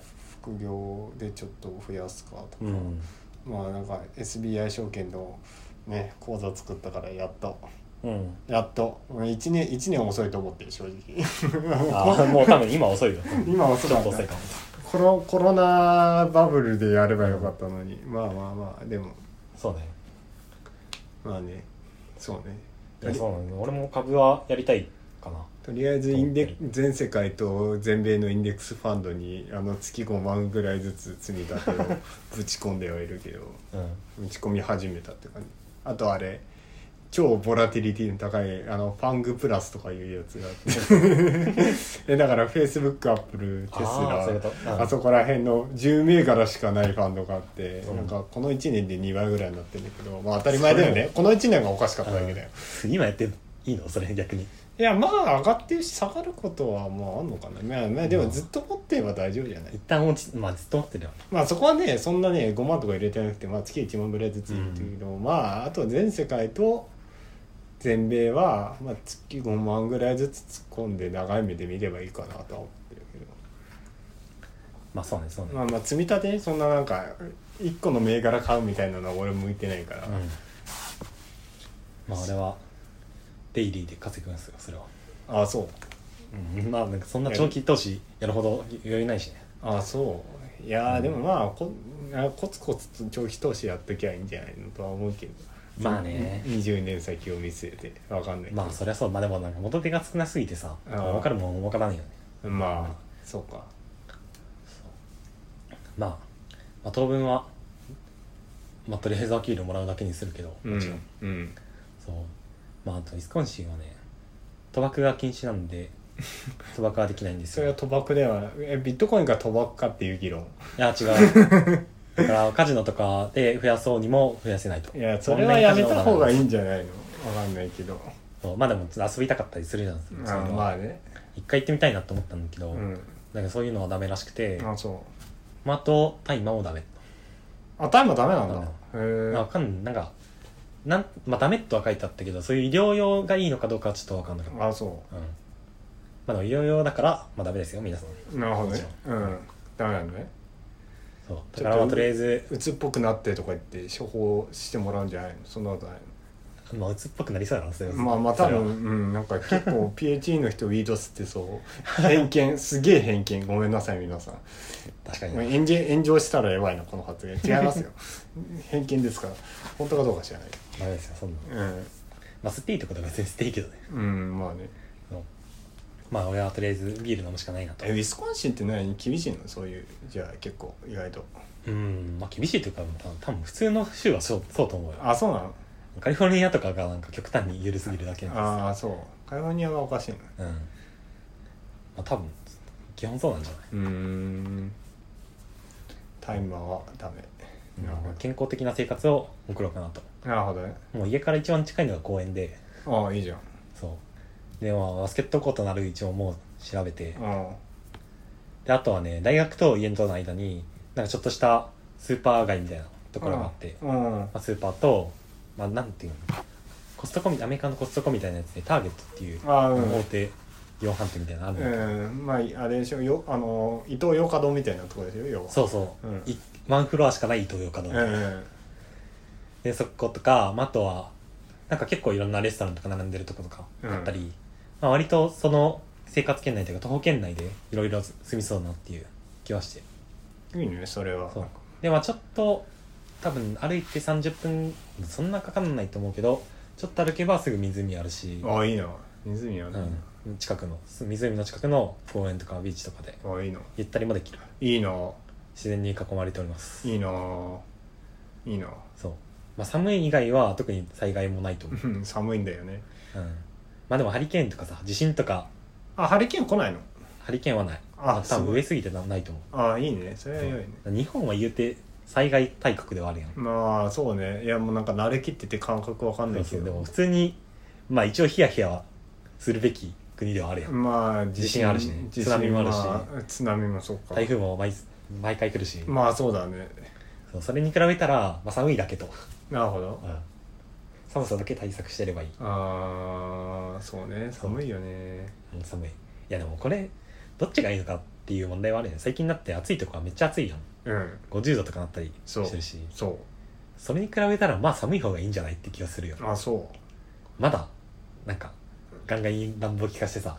Speaker 1: 副業でちょっと増やすかとか、
Speaker 2: うん、
Speaker 1: まあなんか SBI 証券のね口座作ったからやっと
Speaker 2: うん、
Speaker 1: やっと1年一年遅いと思ってる正 直
Speaker 2: あ あもう多分今遅いよ
Speaker 1: 今遅
Speaker 2: ちょ
Speaker 1: か
Speaker 2: っ
Speaker 1: っ
Speaker 2: と遅い
Speaker 1: た
Speaker 2: かも
Speaker 1: コロコロナバブルでやればよかったのにまあまあまあでも
Speaker 2: そうね
Speaker 1: まあねそうね
Speaker 2: いやそうなんだ俺も株はやりたいかな
Speaker 1: ととりあえずインデ全世界と全米のインデックスファンドにあの月5万ぐらいずつ積み立てをぶち込んではいるけど
Speaker 2: うん
Speaker 1: ぶち込み始めたって感じあとあれ超ボラティリティの高いあのファングプラスとかいうやつがあって えだからフェイスブックアップルテス
Speaker 2: あーそういうことう
Speaker 1: ラ
Speaker 2: ん
Speaker 1: あそこら辺の10銘柄しかないファンドがあって、
Speaker 2: うん
Speaker 1: なんかこの1年で2倍ぐらいになってるんだけど、まあ、当たり前だよねこの1年がおかしかっただけだよ、
Speaker 2: 今やっていいのそれ逆に
Speaker 1: いやまあ上がってるし下がることはまああんのかな、まあまあ、でもずっと持ってれば大丈夫じゃない、
Speaker 2: 一旦落ちまあずっと持ってるよ
Speaker 1: まあそこはねそんなね5万とか入れてなくて、まあ、月1万ぐらいずつ入れてるけど、まああと全世界と全米は、まあ、月5万ぐらいずつ突っ込んで長い目で見ればいいかなとは思ってるけど。
Speaker 2: まあそうねそうね、
Speaker 1: まあまあ積み立てねそんななんか1個の銘柄買うみたいなのは俺向いてないから、
Speaker 2: うんまああれはデイリーで稼ぐんですよそれは、
Speaker 1: ああそう
Speaker 2: うん、まあなんかそんな長期投資やるほど余裕ないしね
Speaker 1: ああそういやーでもまあこあコツコツと長期投資やっときゃいいんじゃないのとは思うけど
Speaker 2: まあね
Speaker 1: 20年先を見据えてわかんないけど
Speaker 2: まあそりゃそうまあでもなんか元手が少なすぎてさ
Speaker 1: ああ
Speaker 2: 儲かるもん儲からないよね
Speaker 1: まあそうか
Speaker 2: まあ、まあ当分はまあとりあえずお給料もらうだけにするけど
Speaker 1: うん
Speaker 2: もちろん、
Speaker 1: うん
Speaker 2: そうまああとウィスコンシンはね賭博が禁止なんで 賭博はできないんです
Speaker 1: それは
Speaker 2: よ
Speaker 1: 賭博ではえビットコインが賭博かっていう議論
Speaker 2: いや違 うだからカジノとかで増やそうにも増やせないと
Speaker 1: いやそれはやめた方がいい
Speaker 2: い
Speaker 1: んじゃないのわかんないけど
Speaker 2: まあでも遊びたかったりするじゃんそういう
Speaker 1: あ
Speaker 2: のは
Speaker 1: まあね
Speaker 2: 一回行ってみたいなと思ったんだけど、
Speaker 1: うん
Speaker 2: なんかそういうのはダメらしくて
Speaker 1: あそう
Speaker 2: まあ、あと大麻もダメ
Speaker 1: あタイムはダメなんだ
Speaker 2: ダメ
Speaker 1: へ
Speaker 2: わ
Speaker 1: え
Speaker 2: かんないなんかなん、まあ、ダメとは書いてあったけどそういう医療用がいいのかどうかはちょっとわかんなかった、うん
Speaker 1: あそ
Speaker 2: まあ、でも医療用だから、まあ、ダメですよ皆さん
Speaker 1: うなるほどねうんダメなんだね
Speaker 2: そうだからまあとりあえず
Speaker 1: うつっぽくなってとか言って処方してもらうんじゃないのそんなことないの
Speaker 2: まあ鬱っぽくなりそうやなそれは
Speaker 1: まあまあ
Speaker 2: そ
Speaker 1: 多
Speaker 2: れは
Speaker 1: 分、うん、なんか結構 PhD の人ウィードスってそう偏見すげえ偏見ごめんなさい皆 さん
Speaker 2: 確かにな、
Speaker 1: 炎上炎上したらやばいなこの発言違いますよ 偏見ですから本当かどうか知らない
Speaker 2: ダメですよそんなの
Speaker 1: うん
Speaker 2: まあスティーとかとか全然スティーけどね
Speaker 1: うんまあね
Speaker 2: そうまあ俺はとりあえずビール飲むしかないなと
Speaker 1: えウィスコンシンって何厳しいのそういうじゃあ結構意外と
Speaker 2: うんまあ厳しいというか多分多分普通の州はそうそうと思うよ
Speaker 1: あそうなの
Speaker 2: カリフォルニアとかがなんか極端に緩すぎるだけなん
Speaker 1: ああそうカリフォルニアはおかしいな
Speaker 2: ですうんまあ多分基本そうなんじゃないう
Speaker 1: ーんタイマーはダメなるほ
Speaker 2: 健康的な生活を送ろうかなと
Speaker 1: どなるほどね
Speaker 2: もう家から一番近いのが公園で
Speaker 1: ああいいじゃん
Speaker 2: そうでまあバスケットコートなる一応もう調べて
Speaker 1: あ
Speaker 2: であとはね大学と家との間になんかちょっとしたスーパー街みたいなところがあって
Speaker 1: うん
Speaker 2: まあ、スーパーと、まあ、なんていうのコストコみアメリカのコストコみたいなやつでターゲットっていう
Speaker 1: ああうん
Speaker 2: 大手量販店みたいなのあるの、
Speaker 1: うんまああれでしょよあの伊藤洋華堂みたいなとこでしょ要は
Speaker 2: そうそう、
Speaker 1: うん
Speaker 2: いワンフロアしかないイトーヨーカドー
Speaker 1: うん
Speaker 2: でそことか、まあ、あとはなんか結構いろんなレストランとか並んでるとことか
Speaker 1: うん
Speaker 2: あったり、まあ、割とその生活圏内というか徒歩圏内でいろいろ住みそうなっていう気はして
Speaker 1: いいねそれは
Speaker 2: そうでまあちょっと多分歩いて30分そんなかかんないと思うけどちょっと歩けばすぐ湖あるし
Speaker 1: ああいいな湖あるね
Speaker 2: うん、近くのす湖の近くの公園とかビーチとかで
Speaker 1: ああいいな
Speaker 2: ゆったりもできる
Speaker 1: いいな
Speaker 2: 自然に囲まれております
Speaker 1: いいないいな
Speaker 2: そう、まあ、寒い以外は特に災害もないと思う、
Speaker 1: うん寒いんだよね
Speaker 2: うん、まあでもハリケーンとかさ地震とか
Speaker 1: あハリケーン来ないの
Speaker 2: ハリケーンはない
Speaker 1: あ
Speaker 2: ま多
Speaker 1: すご
Speaker 2: 分
Speaker 1: い
Speaker 2: 上すぎてなないと思
Speaker 1: ああいいねそれは
Speaker 2: う
Speaker 1: 良いね
Speaker 2: うん日本は言うて災害大国ではあるやん
Speaker 1: まあそうねいやもうなんか慣れきってて感覚わかんない
Speaker 2: そう
Speaker 1: け
Speaker 2: そうでも
Speaker 1: ど
Speaker 2: 普通にまあ一応ヒヤヒヤはするべき国ではあるやん
Speaker 1: まあ
Speaker 2: 地震あるしね
Speaker 1: 地
Speaker 2: 津波
Speaker 1: 震
Speaker 2: もあるし
Speaker 1: まあ津波もそうか
Speaker 2: 台風も毎毎回来るし、
Speaker 1: まあそうだね
Speaker 2: そうそれに比べたら、まあ、寒いだけと、
Speaker 1: なるほど
Speaker 2: うん寒さだけ対策してればいい
Speaker 1: ああそうね寒いよね
Speaker 2: うん寒いいやでもこれどっちがいいのかっていう問題はあるよね最近だって暑いとこはめっちゃ暑いやん
Speaker 1: うん
Speaker 2: 50度とかなったり
Speaker 1: そう
Speaker 2: してるし
Speaker 1: そう
Speaker 2: それに比べたらまあ寒い方がいいんじゃないって気がするよ
Speaker 1: あそう
Speaker 2: まだなんかガンガン暖房効かしてさ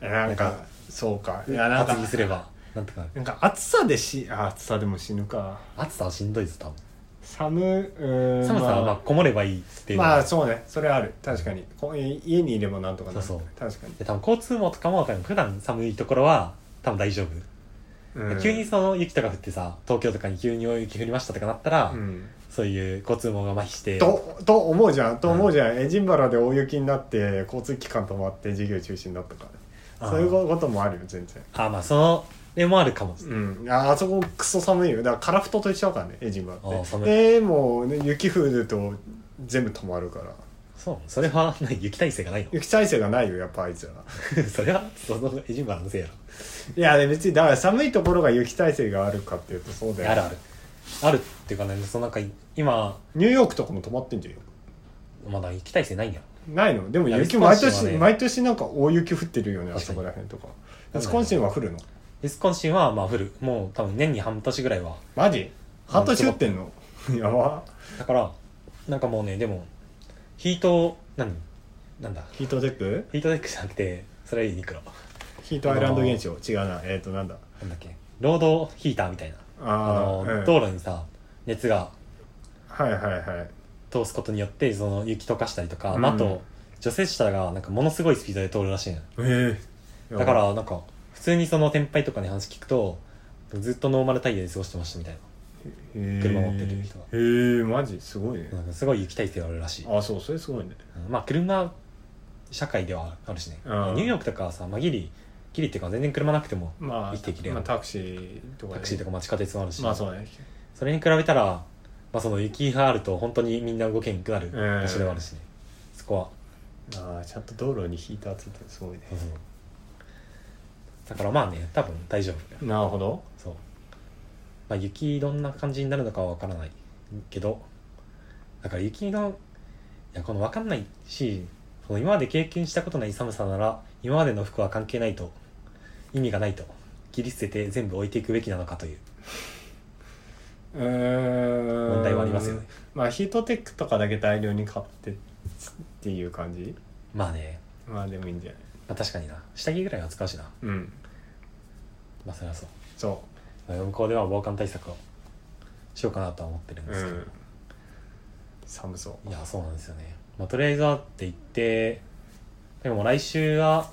Speaker 1: なん
Speaker 2: なん
Speaker 1: か
Speaker 2: か
Speaker 1: そうかいやなんか
Speaker 2: 厚着すればなんとかなる
Speaker 1: なんか暑さでしあ暑さでも死ぬか
Speaker 2: 暑さはしんどいぞ多分
Speaker 1: 寒うーん
Speaker 2: 寒さはまあこもればいいっていうのが
Speaker 1: まあそうねそれある確かにこ家にいればなんとかなる
Speaker 2: そう
Speaker 1: 確かに
Speaker 2: で多分交通網とかも多分普段寒いところは多分大丈夫、
Speaker 1: うん
Speaker 2: 急にその雪とか降ってさ東京とかに急に大雪降りましたとかなったら、
Speaker 1: うん
Speaker 2: そういう交通網が麻痺して
Speaker 1: とと思うじゃんと思うじゃん、エジンバラで大雪になって交通機関止まって授業中止になったから
Speaker 2: あー
Speaker 1: そういうこともあるよ全然
Speaker 2: あまあそのでもあるかも、
Speaker 1: うん、ああそこクソ寒いよだからカラフトと一緒だからねエジンバ
Speaker 2: あ
Speaker 1: ラ
Speaker 2: ー
Speaker 1: っ
Speaker 2: 寒い
Speaker 1: てでもう、ね、雪降ると全部止まるから
Speaker 2: そうそれは何雪耐性がない
Speaker 1: 雪耐性がないよやっぱあいつ ら
Speaker 2: の それはそのエジンバラのせいやろ
Speaker 1: いや別にだから寒いところが雪耐性があるかっていうとそうだよ
Speaker 2: あるあるあるっていうかねそのなんか今
Speaker 1: ニューヨークとかも止まってんじゃんよ
Speaker 2: まだ雪耐性ないんや
Speaker 1: ないのでも
Speaker 2: いや
Speaker 1: 雪
Speaker 2: ウィ
Speaker 1: 毎
Speaker 2: スコンシン
Speaker 1: 年、
Speaker 2: はね
Speaker 1: 毎年なんか大雪降ってるよねあ
Speaker 2: 確か
Speaker 1: そ
Speaker 2: に
Speaker 1: こら辺とかウィスコンシンは降るの
Speaker 2: ウィスコンシンはまあ降るもう多分年に半年ぐらいは
Speaker 1: マジ半年降ってんのやば
Speaker 2: だからなんかもうねでもヒート何なんだ
Speaker 1: ヒートテック
Speaker 2: ヒートテックじゃなくてそれはいいミクロ
Speaker 1: ヒートアイランド現象違うなえっ、ー、となんだ
Speaker 2: なんだっけロードヒーターみたいなあ
Speaker 1: あ
Speaker 2: の、
Speaker 1: ーうん
Speaker 2: 道路にさ熱が
Speaker 1: はいはいはい
Speaker 2: 通すことによってその雪溶かしたりとか、
Speaker 1: うん
Speaker 2: まあ、あと除雪車がなんかものすごいスピードで通るらしいのよ
Speaker 1: ええ
Speaker 2: だからなんか普通にその先輩とかに話聞くとずっとノーマルタイヤで過ごしてましたみたい車
Speaker 1: 車
Speaker 2: 持ってる人は
Speaker 1: へえマジすごいね
Speaker 2: な、なんかすごい雪耐性があるらしい
Speaker 1: あそうそれすごいね
Speaker 2: まあ車社会ではあるしね、
Speaker 1: うん
Speaker 2: ニューヨークとかはさ、まあ、ギリギリっていうか全然車なくても
Speaker 1: まあ
Speaker 2: 生きていけるよ
Speaker 1: まあ、タクシーとかね
Speaker 2: タクシーとかまあ地下鉄もあるし、
Speaker 1: まあそうね
Speaker 2: それに比べたら、まあ、その雪があると本当にみんな動けなくなる場所ではあるしね、そこは
Speaker 1: ああちゃんと道路にヒーターついてるすごいね
Speaker 2: そうそうだからまあね多分大丈夫
Speaker 1: なるほど
Speaker 2: そう、まあ、雪どんな感じになるのかは分からないけどだから雪のいやこの分かんないしその今まで経験したことない寒さなら今までの服は関係ないと意味がないと切り捨てて全部置いていくべきなのかという問
Speaker 1: 問
Speaker 2: 題はありますよね
Speaker 1: まあヒートテックとかだけ大量に買ってっていう感じ
Speaker 2: まあね、
Speaker 1: まあでもいいんじゃない
Speaker 2: まあ、確かにな下着ぐらいは使うしな
Speaker 1: うん
Speaker 2: まあそれはそう
Speaker 1: そ
Speaker 2: まあ向こうでは防寒対策をしようかなとは思ってるん
Speaker 1: う
Speaker 2: で
Speaker 1: う
Speaker 2: すけど、
Speaker 1: ん寒そ
Speaker 2: いやそうなんですよね、まあ、とりあえずはって言ってでも来週は、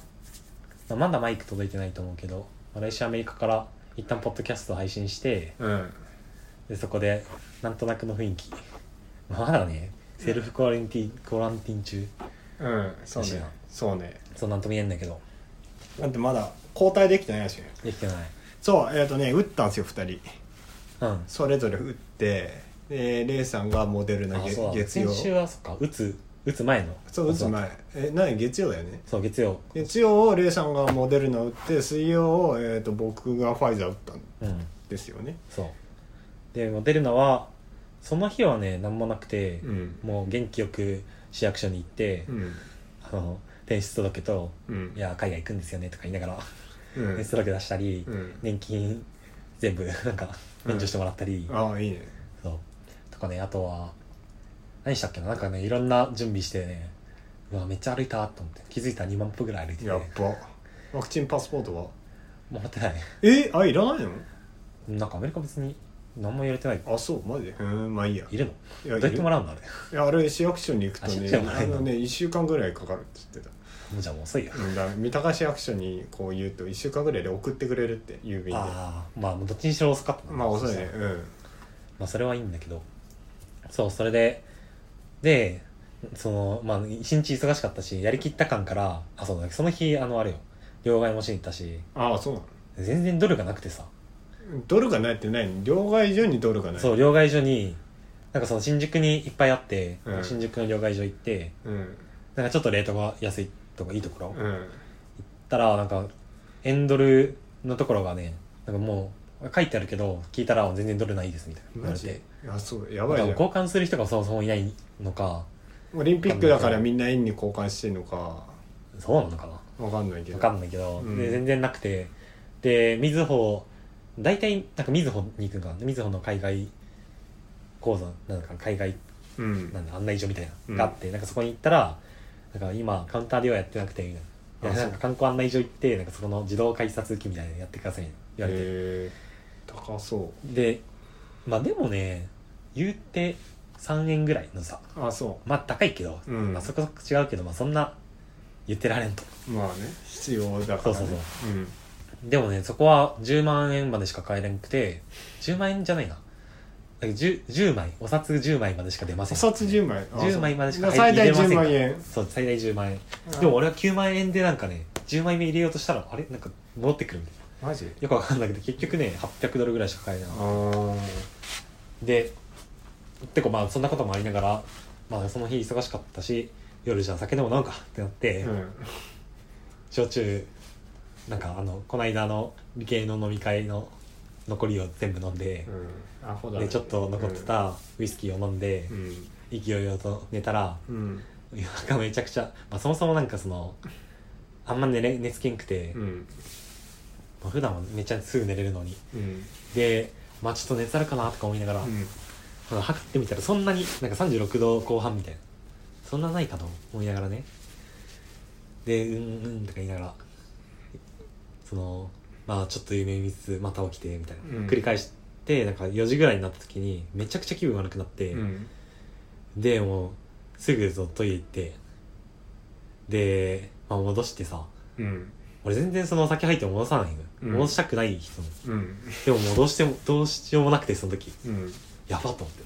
Speaker 2: まあ、まだマイク届いてないと思うけど、まあ来週アメリカから一旦ポッドキャストを配信して
Speaker 1: ううん
Speaker 2: でそこでなんとなくの雰囲気まあまだねセルフコランティンコランティン中
Speaker 1: うんそう
Speaker 2: 確
Speaker 1: ね
Speaker 2: かに
Speaker 1: そうね
Speaker 2: そうなんとも言えんだけど
Speaker 1: だってまだ交代できてないしね
Speaker 2: できてない
Speaker 1: そうえっ、とね打ったんですよ二人
Speaker 2: うん
Speaker 1: それぞれ打ってでレイさんがモデルナ
Speaker 2: あ
Speaker 1: げ
Speaker 2: そうだ
Speaker 1: 月曜
Speaker 2: 先週はそっか打つ打つ前の
Speaker 1: そう打つ前え何月曜だよね
Speaker 2: そう月曜
Speaker 1: 月曜をレイさんがモデルナ打って水曜を、えー、と僕がファイザー打ったん
Speaker 2: うん
Speaker 1: ですよね
Speaker 2: そうでモデルナはその日はね何もなくて、
Speaker 1: うん
Speaker 2: もう元気よく市役所に行って、
Speaker 1: うん
Speaker 2: あの転出届と
Speaker 1: う
Speaker 2: 「
Speaker 1: ん
Speaker 2: いや海外行くんですよね」とか言いながら
Speaker 1: うん
Speaker 2: 転出届出したり、
Speaker 1: うん
Speaker 2: 年金全部なんか
Speaker 1: うん
Speaker 2: 免除してもらったり、
Speaker 1: ああいいね
Speaker 2: そうとかねあとは何したっけななんかねいろんな準備してねうわめっちゃ歩いたと思って気づいたら2万歩ぐらい歩いてて
Speaker 1: やっぱワクチンパスポートは
Speaker 2: もらってない
Speaker 1: えあいらないの
Speaker 2: なんかアメリカ別に何も言われてない
Speaker 1: あそうマジでうんまあいいや
Speaker 2: いるの
Speaker 1: い
Speaker 2: ど
Speaker 1: や
Speaker 2: うやっても
Speaker 1: ら
Speaker 2: らうんだあれ
Speaker 1: いやあれ市役所に行くと
Speaker 2: あ市
Speaker 1: ね
Speaker 2: 役所もら
Speaker 1: あ
Speaker 2: えんの
Speaker 1: のね1週間ぐらいかかるって言ってた
Speaker 2: もうじゃあもう遅いよ
Speaker 1: うんだから三鷹市役所にこう言うと1週間ぐらいで送ってくれるって郵便で
Speaker 2: ああまあどっちにしろ遅かったな
Speaker 1: まあ遅いねうん
Speaker 2: まあそれはいいんだけどそうそれででそのまあ一日忙しかったしやりきった感からあそうだその日あのあれよ両替もしに行ったし
Speaker 1: ああそうな
Speaker 2: 全然ドルがなくてさ
Speaker 1: のドルがないってないの両替所にドルがない
Speaker 2: そう両替所になんかその新宿にいっぱいあって、
Speaker 1: うん
Speaker 2: 新宿の両替所行って
Speaker 1: うん
Speaker 2: なんかちょっとレートが安いとかいいところ、行っ
Speaker 1: うん
Speaker 2: たらなんか円ドルのところがねなんかもう書いてあるけど聞いたら全然ドルないですみたいな言わ
Speaker 1: マ
Speaker 2: れ
Speaker 1: ジ
Speaker 2: て
Speaker 1: あそうや
Speaker 2: な
Speaker 1: ばい
Speaker 2: ん
Speaker 1: じ
Speaker 2: か
Speaker 1: ゃ
Speaker 2: 交換する人がそもそもいないのか
Speaker 1: んオリンピックだからみんな円に交換してんのか
Speaker 2: そうなのかな
Speaker 1: わかんないけど
Speaker 2: わかんないけど、
Speaker 1: うん
Speaker 2: で全然なくてでみずほ大体なんかみずほに行くんかなみずほの海外講座なんか海外
Speaker 1: うん
Speaker 2: なんだ案内所みたいな
Speaker 1: うん
Speaker 2: のがあって、なんかそこに行ったらなんか今カウンターではやってなくてみた
Speaker 1: あ
Speaker 2: いなで
Speaker 1: そう
Speaker 2: なんか観光案内所行ってなんかそこの自動改札機みたいなのやってくださいみたいな言われて
Speaker 1: へえ高そ
Speaker 2: でまあでもね言うて3円ぐらいのさ
Speaker 1: あそ
Speaker 2: まあ高いけど、
Speaker 1: うん
Speaker 2: まあそこそこ違うけど、まあ、そんな言ってられんと
Speaker 1: うまあね必要だから、ね、
Speaker 2: そうそう
Speaker 1: う
Speaker 2: でもねそこは10万円までしか買えなくて10万円じゃないなだ 10, 10枚お札10枚までしか出ません
Speaker 1: お札10枚あ
Speaker 2: 10枚までしか
Speaker 1: そう最大
Speaker 2: 入れません
Speaker 1: 10
Speaker 2: から
Speaker 1: 万円
Speaker 2: そう最大10万円
Speaker 1: うん
Speaker 2: でも俺は9万円でなんかね10枚目入れようとしたらあれなんか戻ってくるみたいな
Speaker 1: マジ
Speaker 2: よくわかんなくて結局ね800ドルぐらいしか買えない
Speaker 1: あー
Speaker 2: でてかまあそんなこともありながら、まあ、その日忙しかったし夜じゃあ酒でも飲むかってなって、
Speaker 1: うん
Speaker 2: 焼酎なんかあのこの間の理系の飲み会の残りを全部飲んで
Speaker 1: う、んアホだ、ね、
Speaker 2: でちょっと残ってたウイスキーを飲んで
Speaker 1: う、ん
Speaker 2: 勢いよと寝たら
Speaker 1: うん
Speaker 2: 夜中めちゃくちゃ、まあ、そもそもなんかそのあんま寝れ寝つけんくて、
Speaker 1: う
Speaker 2: ま
Speaker 1: ん
Speaker 2: あ普段はめっちゃすぐ寝れるのに
Speaker 1: うん
Speaker 2: でまあちょっと熱あるかなとか思いながら、
Speaker 1: うん
Speaker 2: まあ測ってみたらそんなになんか36度後半みたいなそんなないかと思いながらねでうんうんとか言いながらそのまあちょっと夢見つつまた起きてみたいな、
Speaker 1: うん
Speaker 2: 繰り返してなんか4時ぐらいになった時にめちゃくちゃ気分悪くなって、
Speaker 1: うん
Speaker 2: でもうすぐぞトイレ行ってで、まあ、戻してさ
Speaker 1: うん
Speaker 2: 俺全然そのお酒入っても戻さないの、
Speaker 1: うん
Speaker 2: 戻したくない人も
Speaker 1: うん
Speaker 2: でももうどうしてもどうしようもなくてその時
Speaker 1: うん
Speaker 2: やばっと思って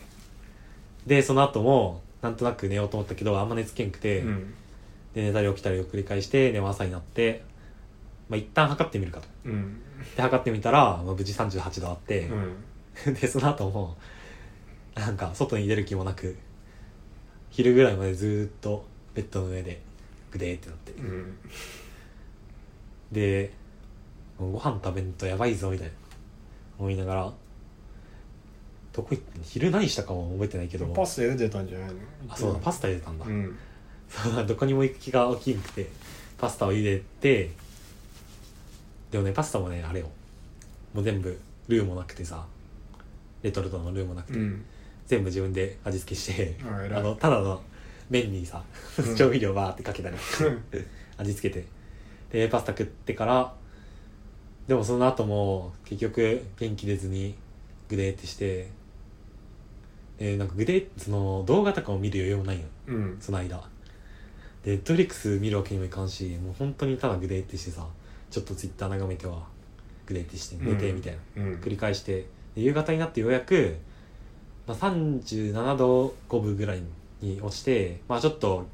Speaker 2: でその後もなんとなく寝ようと思ったけどあんま寝つけんくて、
Speaker 1: うん
Speaker 2: で寝たり起きたりを繰り返してでも朝になってまあ一旦測ってみるかと
Speaker 1: うん
Speaker 2: で測ってみたら、まあ、無事38度あって、でその後もなんか外に出る気もなく昼ぐらいまでずーっとベッドの上でグデーってなって
Speaker 1: うん
Speaker 2: でご飯食べんとやばいぞみたいな思いながらどこ行って昼何したかも覚えてないけど
Speaker 1: パスで出たんじゃないの
Speaker 2: あそうだパスタ茹でたんだ、
Speaker 1: うん
Speaker 2: そう どこにも行く気が起きんくてパスタを茹でてでもねパスタもねあれよもう全部ルーもなくてさレトルトのルーもなく
Speaker 1: う
Speaker 2: て、
Speaker 1: ん
Speaker 2: 全部自分で味付けして
Speaker 1: あ偉い
Speaker 2: あのただの麺にさ
Speaker 1: うん
Speaker 2: 調味料バーってかけたり、味付けてでパスタ食ってからでもその後も結局元気出ずにグデーってしてでなんかグデーその動画とかを見る余裕もないよ
Speaker 1: うん
Speaker 2: その間で Netflix 見るわけにもいかんしもう本当にただグデーってしてさちょっと Twitter 眺めてはグデーってして寝て
Speaker 1: うん
Speaker 2: みたいな、
Speaker 1: うん
Speaker 2: 繰り返してで夕方になってようやく、まあ、37度5分ぐらいに落ちてまあちょっと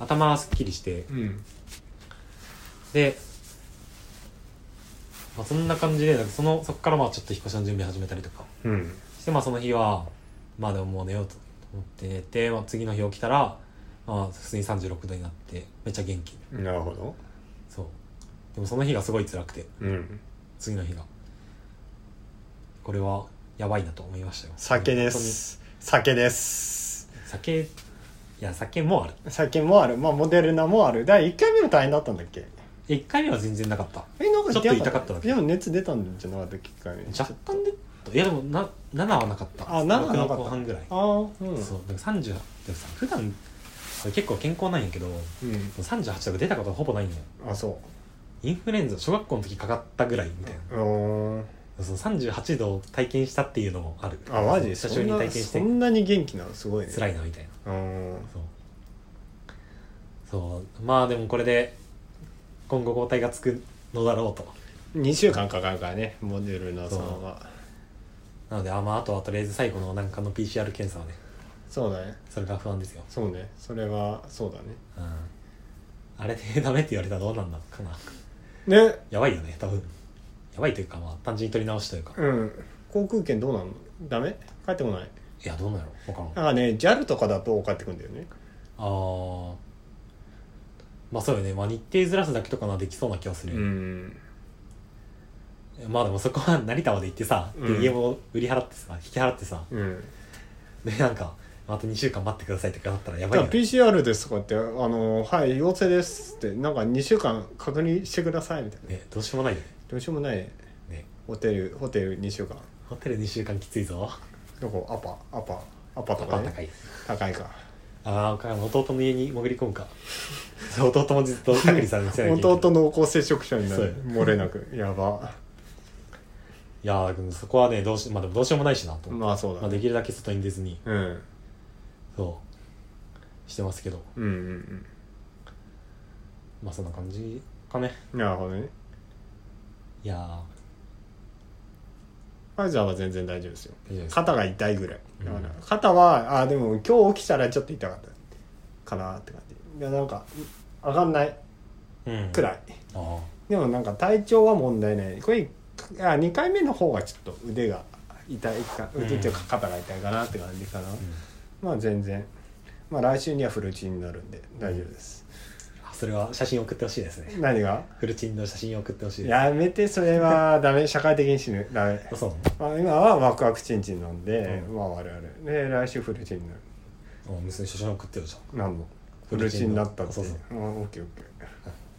Speaker 2: 頭はすっきりして
Speaker 1: うん
Speaker 2: で、まあ、そんな感じでなんかそのそこからまあちょっと引っ越しの準備始めたりとか
Speaker 1: うん
Speaker 2: してまあその日はまあでももう寝ようと思って寝て、まあ、次の日起きたらまあ普通に36度になってめっちゃ元気
Speaker 1: なるほど
Speaker 2: そうでもその日がすごい辛くて
Speaker 1: うん
Speaker 2: 次の日がこれはやばいなと思いましたよ
Speaker 1: 酒です酒です
Speaker 2: 本当に酒いや酒もある
Speaker 1: 酒もあるまあモデルナもあるだから1回目も大変だったんだっけ
Speaker 2: 1回目は全然なかった
Speaker 1: えなんか
Speaker 2: ちょっと痛かっただけ
Speaker 1: でも熱出たんじゃなかったっけ1回目
Speaker 2: 若干でいやでもな7はなかった
Speaker 1: あ7はなかった
Speaker 2: 僕の後半ぐらい
Speaker 1: ああうん
Speaker 2: そうだから30でもさ普段俺結構健康なんやけど
Speaker 1: うん
Speaker 2: 38とか出たことほぼないんよ
Speaker 1: あそ
Speaker 2: インフルエンザ小学校の時かかったぐらいみたいな、
Speaker 1: ううん
Speaker 2: その38度を体験したっていうのもある
Speaker 1: あマジ
Speaker 2: 久
Speaker 1: そ
Speaker 2: しぶ
Speaker 1: ん
Speaker 2: りに体
Speaker 1: な
Speaker 2: 験し
Speaker 1: そ
Speaker 2: て
Speaker 1: んなに元気なのすごいね
Speaker 2: 辛いなみたいな
Speaker 1: うん
Speaker 2: そうそうまあでもこれで今後抗体がつくのだろうと
Speaker 1: 2週間かかるからねモデルナさんは
Speaker 2: なのであまああとはとりあえず最後のなんかの PCR 検査はね
Speaker 1: そうだね
Speaker 2: それが不安ですよ、
Speaker 1: そうねそれはそうだ
Speaker 2: うん、あれでダメって言われたらどうなんだかな
Speaker 1: ねね
Speaker 2: やばいよね多分やばいというかまあ単純に取り直しというか、い
Speaker 1: うん航空券どうなのダメ帰ってこない
Speaker 2: やどうなんやろ分からん
Speaker 1: なんかね JAL とかだと帰ってくんだよね
Speaker 2: あーまあそうよね、まあ、日程ずらすだけとかならできそうな気はす
Speaker 1: う
Speaker 2: る、
Speaker 1: ん
Speaker 2: まあでもそこは成田まで行ってさ、で
Speaker 1: うん
Speaker 2: 家も売り払ってさ引き払ってさ
Speaker 1: うん
Speaker 2: でなんかまた2週間待ってくださいとかなったら
Speaker 1: だ
Speaker 2: やば
Speaker 1: か
Speaker 2: いよ
Speaker 1: ら PCR ですとかって「あのはい陽性です」ってなんか2週間確認してくださいみたいな
Speaker 2: ねどうしようもないよ
Speaker 1: どうしようもないね
Speaker 2: ねね
Speaker 1: ホテルホテル2週間
Speaker 2: ホテル2週間きついぞ
Speaker 1: どこアパアパアパとか、
Speaker 2: 高い
Speaker 1: ね、
Speaker 2: 高い
Speaker 1: 高いか
Speaker 2: ああ弟の家に潜り込むか そう弟もずっと 隔離されて
Speaker 1: 弟濃厚接触者にな
Speaker 2: そう
Speaker 1: る
Speaker 2: よ
Speaker 1: 漏れなくやば
Speaker 2: いやーでもそこはねどうし,、まあ、でもどうしようもないしなと思って、
Speaker 1: まあそう
Speaker 2: ま
Speaker 1: だ
Speaker 2: あ、
Speaker 1: ね
Speaker 2: できるだけ外に出ずに
Speaker 1: うん
Speaker 2: そうしてますけど
Speaker 1: うんうん
Speaker 2: まあそんな感じかね
Speaker 1: うんなるほどね
Speaker 2: いやー
Speaker 1: ファイザーは全然大丈夫ですよ
Speaker 2: 大丈夫です
Speaker 1: 肩が痛いぐらいだから、
Speaker 2: うん
Speaker 1: 肩はあでも今日起きたらちょっと痛かったかなって感じいやなんか上がんない
Speaker 2: うん
Speaker 1: く
Speaker 2: い
Speaker 1: らい、
Speaker 2: あ
Speaker 1: でもなんか体調は問題ないこれあ2回目の方がちょっと腕が痛いか
Speaker 2: うん
Speaker 1: 腕というか肩が痛いかなって感じかな、
Speaker 2: あ、うん
Speaker 1: まあ全然まあ来週にはフルチンになるんで大丈夫です、
Speaker 2: あそれは写真送ってほしいですね
Speaker 1: 何が
Speaker 2: フルチンの写真送ってほしいです
Speaker 1: やめてそれはダメ社会的に死ぬダメ
Speaker 2: あそうな
Speaker 1: まあ今はワクワクチンチンなんで、
Speaker 2: う
Speaker 1: まあ我々で来週フルチンになる
Speaker 2: のあ娘に写真送ってるじゃん
Speaker 1: 何のフ
Speaker 2: フ
Speaker 1: ル
Speaker 2: ル
Speaker 1: チ
Speaker 2: チ
Speaker 1: ン
Speaker 2: ン
Speaker 1: に
Speaker 2: の
Speaker 1: なったって
Speaker 2: そうそう
Speaker 1: うんオッケーオッケ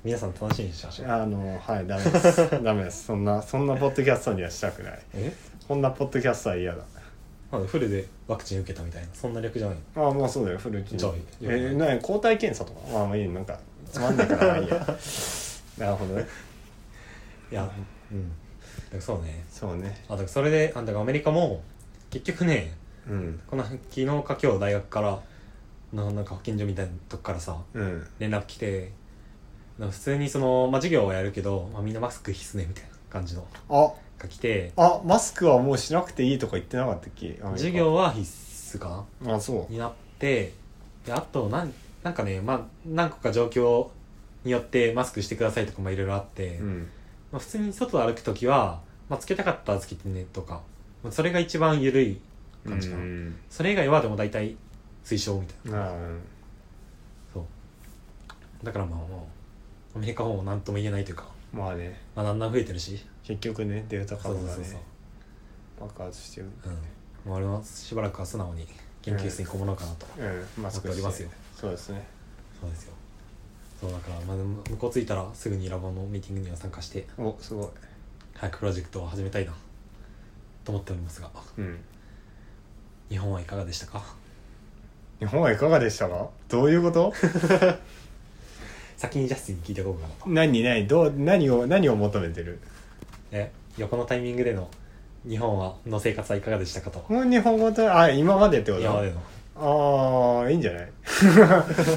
Speaker 2: 皆さん楽しみにしましょう
Speaker 1: ーあのはいダメですダメですそんなそんなポッドキャストにはしたくない
Speaker 2: え
Speaker 1: こんなポッドキャストは嫌だ
Speaker 2: なんでフルでワクチン受けたみたいなそんな略じゃない
Speaker 1: ああまあそうだよフルチン
Speaker 2: じゃあ
Speaker 1: えー、なに抗体検査とかまあまあいいなんかつまんないからまあいいや なるほどね
Speaker 2: いやうんだからそうね
Speaker 1: そうね
Speaker 2: あだからそれであだからアメリカも結局ね
Speaker 1: うん
Speaker 2: この昨日か今日大学からななんか保健所みたいなとこからさ
Speaker 1: うん
Speaker 2: 連絡来てなんか普通にその、まあ、授業はやるけど、まあ、みんなマスク必須ねみたいな感じの
Speaker 1: あ
Speaker 2: が来て
Speaker 1: あマスクはもうしなくていいとか言ってなかったっけアメリカ
Speaker 2: 授業は必須かな
Speaker 1: あそう
Speaker 2: になってであとなんなんかね、まあ、何個か状況によってマスクしてくださいとかもいろいろあって、
Speaker 1: うん
Speaker 2: まあ、普通に外歩く時は、まあ、つけたかったらつけてねとか、まあ、それが一番緩い感じかな、
Speaker 1: うん
Speaker 2: それ以外はでも大体推奨みたいな
Speaker 1: あうん
Speaker 2: そうだからまあもうアメリカ方も何とも言えないというか、
Speaker 1: まあね
Speaker 2: まあ、だんだん増えてるし
Speaker 1: 結局ねデルタ
Speaker 2: そ
Speaker 1: 株
Speaker 2: うそう
Speaker 1: が
Speaker 2: そう
Speaker 1: ね
Speaker 2: そう
Speaker 1: 爆発してる
Speaker 2: うんまあ俺はしばらくは素直に研究室にこもろうかなと、
Speaker 1: うんマスクして
Speaker 2: 持っておりますよ
Speaker 1: そうですね
Speaker 2: そうですよそうだから、まあ、でも向こう着いたらすぐにラボのミーティングには参加して
Speaker 1: おすごい
Speaker 2: 早くプロジェクトを始めたいなと思っておりますが
Speaker 1: うん
Speaker 2: 日本はいかがでしたか
Speaker 1: 日本はいかがでしたかどういうこと
Speaker 2: 先にジャスティンに聞いておこうかなと
Speaker 1: 何何どう何を何を求めてる
Speaker 2: え横のタイミングでの日本はの生活はいかがでしたかと
Speaker 1: もう日本語とあ今までってこと
Speaker 2: 今までの
Speaker 1: ああいいんじゃない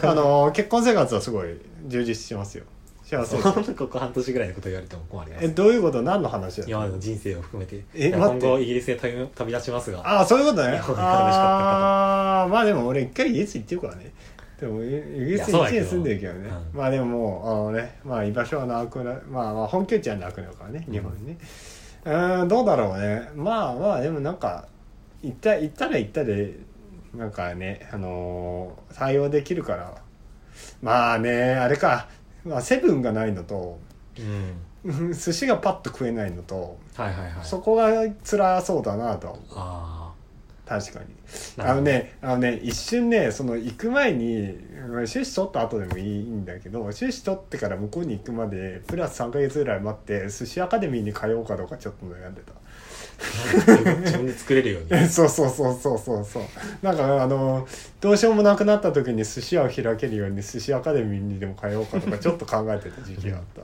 Speaker 1: あの結婚生活はすごい充実してますよ幸せ です
Speaker 2: ここ半年ぐらいのこと言われても困りま
Speaker 1: え
Speaker 2: す
Speaker 1: どういうこと何の話だ
Speaker 2: 今までの人生を含めて
Speaker 1: え
Speaker 2: いや
Speaker 1: 待っ
Speaker 2: 今
Speaker 1: て
Speaker 2: 後イギリスへ旅旅立ちますが
Speaker 1: ああそういうこと
Speaker 2: い
Speaker 1: ね
Speaker 2: やこれ楽しかった
Speaker 1: ああまあでも俺一回イギリス行ってるからねでもイギリス
Speaker 2: いやそう
Speaker 1: 1
Speaker 2: だけ
Speaker 1: 年
Speaker 2: ど
Speaker 1: 住んでるけどね
Speaker 2: うん
Speaker 1: まあでももうあのねまあ居場所はなくなまあまあ本拠地はなくなるからね日本にねうーんどうだろうねまあまあでもなんか行った行ったら行ったでなんかねあのー対応できるからまあねあれか、まあ、セブンがないのと
Speaker 2: うん
Speaker 1: うん寿司がパッと食えないのと、
Speaker 2: はいはいはい
Speaker 1: そこが辛そうだなと
Speaker 2: あ
Speaker 1: 確かに
Speaker 2: あ
Speaker 1: あのねあのね一瞬ねその行く前にうん収支取った後でもいいんだけど収支取ってから向こうに行くまでプラス3ヶ月ぐらい待って寿司アカデミーに通おうかどうかちょっと悩んでた
Speaker 2: 自分自分で作れるように
Speaker 1: そうそうそうそうそうそうなんかあのどうしようもなくなった時に寿司屋を開けるように寿司アカデミーにでも通おうかとかちょっと考えてた時期があった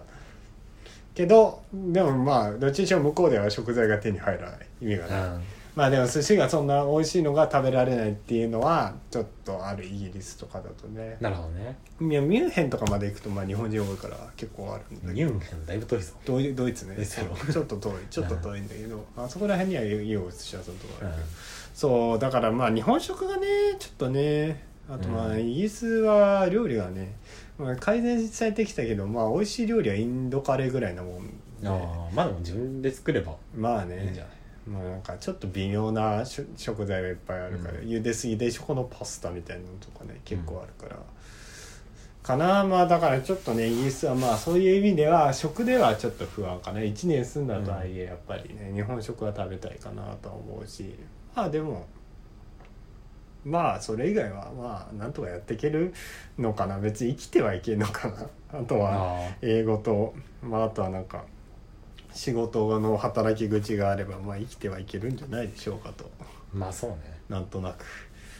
Speaker 1: けどでもまあどっちにしろ向こうでは食材が手に入らない意味が
Speaker 2: う
Speaker 1: ない
Speaker 2: ん
Speaker 1: まあでも寿司がそんな美味しいのが食べられないっていうのはちょっとあるイギリスとかだとね
Speaker 2: なるほどね
Speaker 1: いやミュンヘンとかまで行くとまあ日本人多いから結構あるんだけ
Speaker 2: ニュンヘンだいぶ遠いぞ
Speaker 1: どドイドイツね
Speaker 2: ですよ
Speaker 1: ちょっと 遠いちょっと遠いんだけど、あそこら辺にはいいお寿司屋さんとかある
Speaker 2: うん
Speaker 1: けど、そうだからまあ日本食がねちょっとねあとまあ
Speaker 2: うん
Speaker 1: イギリスは料理がね、まあ、改善されてきたけどまあ美味しい料理はインドカレーぐらいなもんで
Speaker 2: ああまあでも自分で作れば
Speaker 1: まあね
Speaker 2: いいんじゃない
Speaker 1: まあなんかちょっと微妙なしょ食材がいっぱいあるから、
Speaker 2: うん
Speaker 1: 茹ですぎでしょこのパスタみたいなのとかね結構あるから、かなまあだからちょっとねイギリスはまあそういう意味では食ではちょっと不安かな1年住んだとはいえやっぱりね、日本食は食べたいかなとは思うしまあでもまあそれ以外はまあなんとかやっていけるのかな別に生きてはいけるのかなあとは。
Speaker 2: あ
Speaker 1: 英語と、まあ、あとはなんか仕事の働き口があれば、まあ、生きてはいけるんじゃないでしょうかと
Speaker 2: あまあそうね
Speaker 1: なんとなく